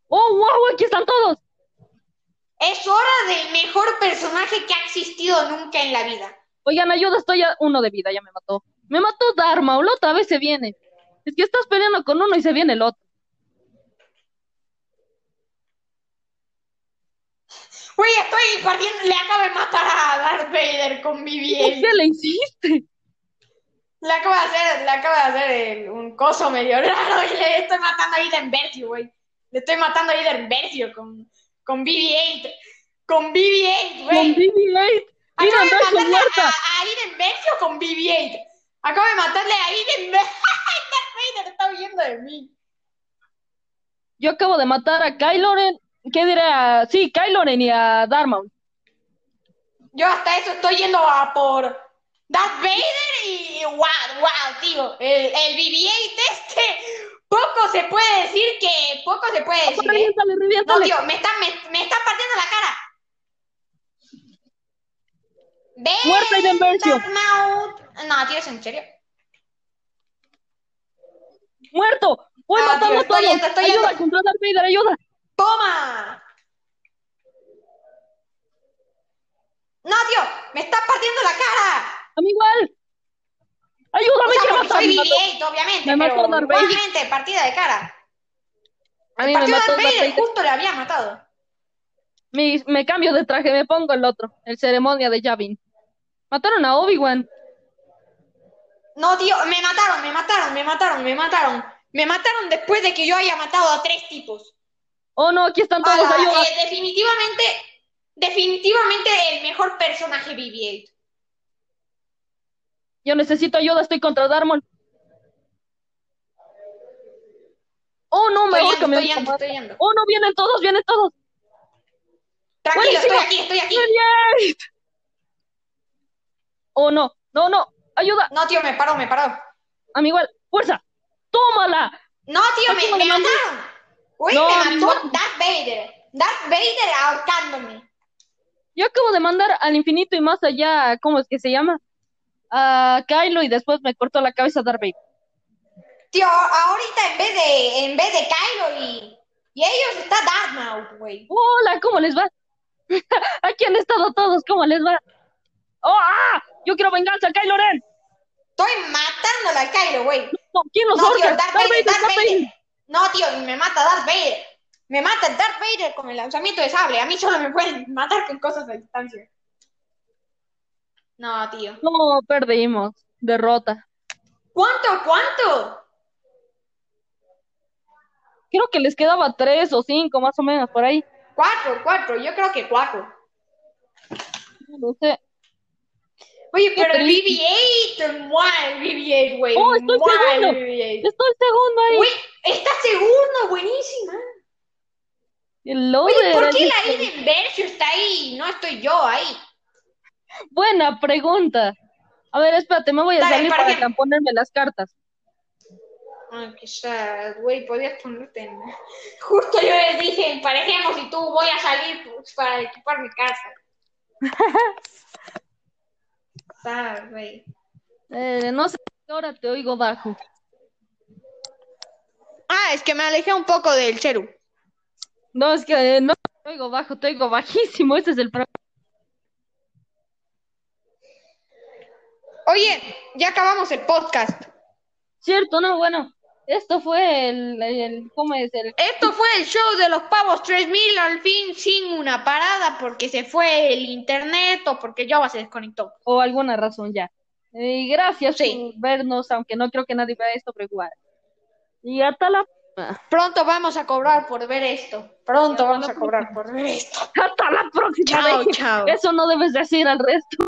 [SPEAKER 4] Oh, wow, aquí están todos.
[SPEAKER 3] Es hora del mejor personaje que ha existido nunca en la vida.
[SPEAKER 4] Oigan, ayuda, estoy a uno de vida, ya me mató. Me mató Darth Maul, otra vez se viene. Es que estás peleando con uno y se viene el otro.
[SPEAKER 3] Güey, estoy partiendo, le acabo de matar a Darth Vader con mi
[SPEAKER 4] ¿Por
[SPEAKER 3] bien.
[SPEAKER 4] qué le hiciste?
[SPEAKER 3] Le acabo de hacer, le acabo de hacer el- un coso medio [laughs] raro y le estoy matando a Iden Versio, güey. Le estoy matando a Iden Versio con, con BB-8. Con BB-8,
[SPEAKER 4] Con
[SPEAKER 3] güey.
[SPEAKER 4] BB-8.
[SPEAKER 3] Acabo
[SPEAKER 4] Iden
[SPEAKER 3] de
[SPEAKER 4] Versio
[SPEAKER 3] matarle
[SPEAKER 4] muerta.
[SPEAKER 3] a, a Iden Versio con BB-8. Acabo de matarle a Iden Versio. [laughs] Darth Vader está huyendo de mí.
[SPEAKER 4] Yo acabo de matar a Kylo Ren. ¿Qué diré? A... Sí, Kylo Ren y a Darth Maul.
[SPEAKER 3] Yo hasta eso estoy yendo a por Darth Vader y wow, wow, tío. El, el BB-8 este, poco se puede decir que, poco se puede decir. ¿eh?
[SPEAKER 4] Reviéntale,
[SPEAKER 3] No,
[SPEAKER 4] reviéntale.
[SPEAKER 3] tío, me está, me, me está partiendo la cara. Ve,
[SPEAKER 4] Muerte Iden Versio.
[SPEAKER 3] Darth Maul. No, tío, es en serio.
[SPEAKER 4] Muerto. Voy
[SPEAKER 3] Ah,
[SPEAKER 4] matando
[SPEAKER 3] tío,
[SPEAKER 4] a
[SPEAKER 3] estoy
[SPEAKER 4] todos.
[SPEAKER 3] yendo, estoy
[SPEAKER 4] ayuda
[SPEAKER 3] yendo.
[SPEAKER 4] contra Darth Vader, ayuda.
[SPEAKER 3] ¡Toma! No, tío, me está partiendo la cara.
[SPEAKER 4] A mí igual. Ayúdame,
[SPEAKER 3] O sea,
[SPEAKER 4] que
[SPEAKER 3] porque
[SPEAKER 4] mata.
[SPEAKER 3] soy
[SPEAKER 4] Me mató.
[SPEAKER 3] BB-8, obviamente,
[SPEAKER 4] Me mató
[SPEAKER 3] pero
[SPEAKER 4] Darth Vader.
[SPEAKER 3] igualmente, partida de cara.
[SPEAKER 4] A mí me
[SPEAKER 3] Partió
[SPEAKER 4] mató
[SPEAKER 3] Darth
[SPEAKER 4] Darth
[SPEAKER 3] Vader,
[SPEAKER 4] Vader.
[SPEAKER 3] justo le había matado.
[SPEAKER 4] Me, me cambio de traje, me pongo el otro. El ceremonia de Yavin. Mataron a Obi-Wan.
[SPEAKER 3] No, tío, me mataron, me mataron, me mataron, me mataron. Me mataron después de que yo haya matado a tres tipos.
[SPEAKER 4] Oh no, aquí están todos,
[SPEAKER 3] Ahora,
[SPEAKER 4] ayuda.
[SPEAKER 3] eh, definitivamente, definitivamente el mejor personaje BB-8.
[SPEAKER 4] Yo necesito ayuda, estoy contra Darth Maul. Oh no, me
[SPEAKER 3] Estoy
[SPEAKER 4] ahorca,
[SPEAKER 3] yendo,
[SPEAKER 4] me
[SPEAKER 3] estoy
[SPEAKER 4] ahorca.
[SPEAKER 3] yendo, estoy yendo.
[SPEAKER 4] Oh no, vienen todos, vienen todos.
[SPEAKER 3] Tranquilo,
[SPEAKER 4] Buenísimo.
[SPEAKER 3] estoy aquí, estoy aquí.
[SPEAKER 4] ¡Yay! Oh, no, no, no, ayuda,
[SPEAKER 3] No, tío, me paró, me paró.
[SPEAKER 4] amigo, fuerza, tómala.
[SPEAKER 3] No, tío,
[SPEAKER 4] Aquí
[SPEAKER 3] me,
[SPEAKER 4] me
[SPEAKER 3] me
[SPEAKER 4] mandó.
[SPEAKER 3] mataron. Uy,
[SPEAKER 4] No,
[SPEAKER 3] me
[SPEAKER 4] mi
[SPEAKER 3] mató
[SPEAKER 4] madre.
[SPEAKER 3] Darth Vader. Darth Vader ahorcándome.
[SPEAKER 4] Yo acabo de mandar al infinito y más allá, ¿cómo es que se llama? A Kylo y después me cortó la cabeza Darth Vader.
[SPEAKER 3] Tío, ahorita en vez de, en vez de Kylo y, y ellos está Darth Maul, güey.
[SPEAKER 4] Hola, ¿cómo les va? [laughs] Aquí han estado todos, ¿cómo les va? ¡Oh, ah! Yo quiero venganza, Kylo Ren.
[SPEAKER 3] Estoy matándolo al Kylo, güey.
[SPEAKER 4] No, ¿Quién los
[SPEAKER 3] No, tío,
[SPEAKER 4] ahorca?
[SPEAKER 3] Darth Vader, Darth
[SPEAKER 4] Darth Vader.
[SPEAKER 3] Vader. No, tío, y me mata Darth Vader. Me mata Darth Vader con el lanzamiento de sable. A mí solo me pueden [laughs] matar con cosas a distancia. No, tío.
[SPEAKER 4] No, perdimos, derrota.
[SPEAKER 3] ¿Cuánto, cuánto?
[SPEAKER 4] Creo que les quedaba tres o cinco, más o menos, por ahí.
[SPEAKER 3] Cuatro, cuatro, yo creo que cuatro.
[SPEAKER 4] No sé.
[SPEAKER 3] Oye,
[SPEAKER 4] Qué
[SPEAKER 3] pero el
[SPEAKER 4] triste.
[SPEAKER 3] BB-8, ¡mua! El BB-8, güey.
[SPEAKER 4] Oh, estoy
[SPEAKER 3] ¡mua! el
[SPEAKER 4] segundo.
[SPEAKER 3] BB-8.
[SPEAKER 4] Estoy segundo ahí.
[SPEAKER 3] Güey, está segundo, buenísima.
[SPEAKER 4] El loader,
[SPEAKER 3] Oye, ¿por qué
[SPEAKER 4] así-
[SPEAKER 3] la Iden Versio está ahí? No estoy yo ahí.
[SPEAKER 4] Buena pregunta. A ver, espérate, me voy a
[SPEAKER 3] Dale,
[SPEAKER 4] salir
[SPEAKER 3] ¿para
[SPEAKER 4] para
[SPEAKER 3] qué?
[SPEAKER 4] tamponerme las cartas.
[SPEAKER 3] Ay, quizás, Ah, güey, podías ponerte en... Justo yo les dije, emparejemos y tú voy a salir pues, para equipar mi casa. [laughs] ¿Sabes, Ah, güey?
[SPEAKER 4] Eh, no sé, ahora te oigo bajo.
[SPEAKER 3] Ah, es que me alejé un poco del Cheru.
[SPEAKER 4] No, es que eh, no te oigo bajo, te oigo bajísimo, ese es el problema.
[SPEAKER 3] Oye, ya acabamos el podcast.
[SPEAKER 4] Cierto, no, bueno, esto fue el, el- ¿cómo es? El,
[SPEAKER 3] Esto fue el show de los pavos 3000 al fin sin una parada porque se fue el internet o porque Java se desconectó.
[SPEAKER 4] o alguna razón ya. Y gracias
[SPEAKER 3] Sí.
[SPEAKER 4] por vernos, aunque no creo que nadie vea esto, pero igual. Y hasta la,
[SPEAKER 3] Pronto vamos a cobrar por ver esto. Pronto vamos a cobrar por ver esto.
[SPEAKER 4] hasta la próxima
[SPEAKER 3] Chao,
[SPEAKER 4] vez.
[SPEAKER 3] chao.
[SPEAKER 4] Eso no debes decir al resto.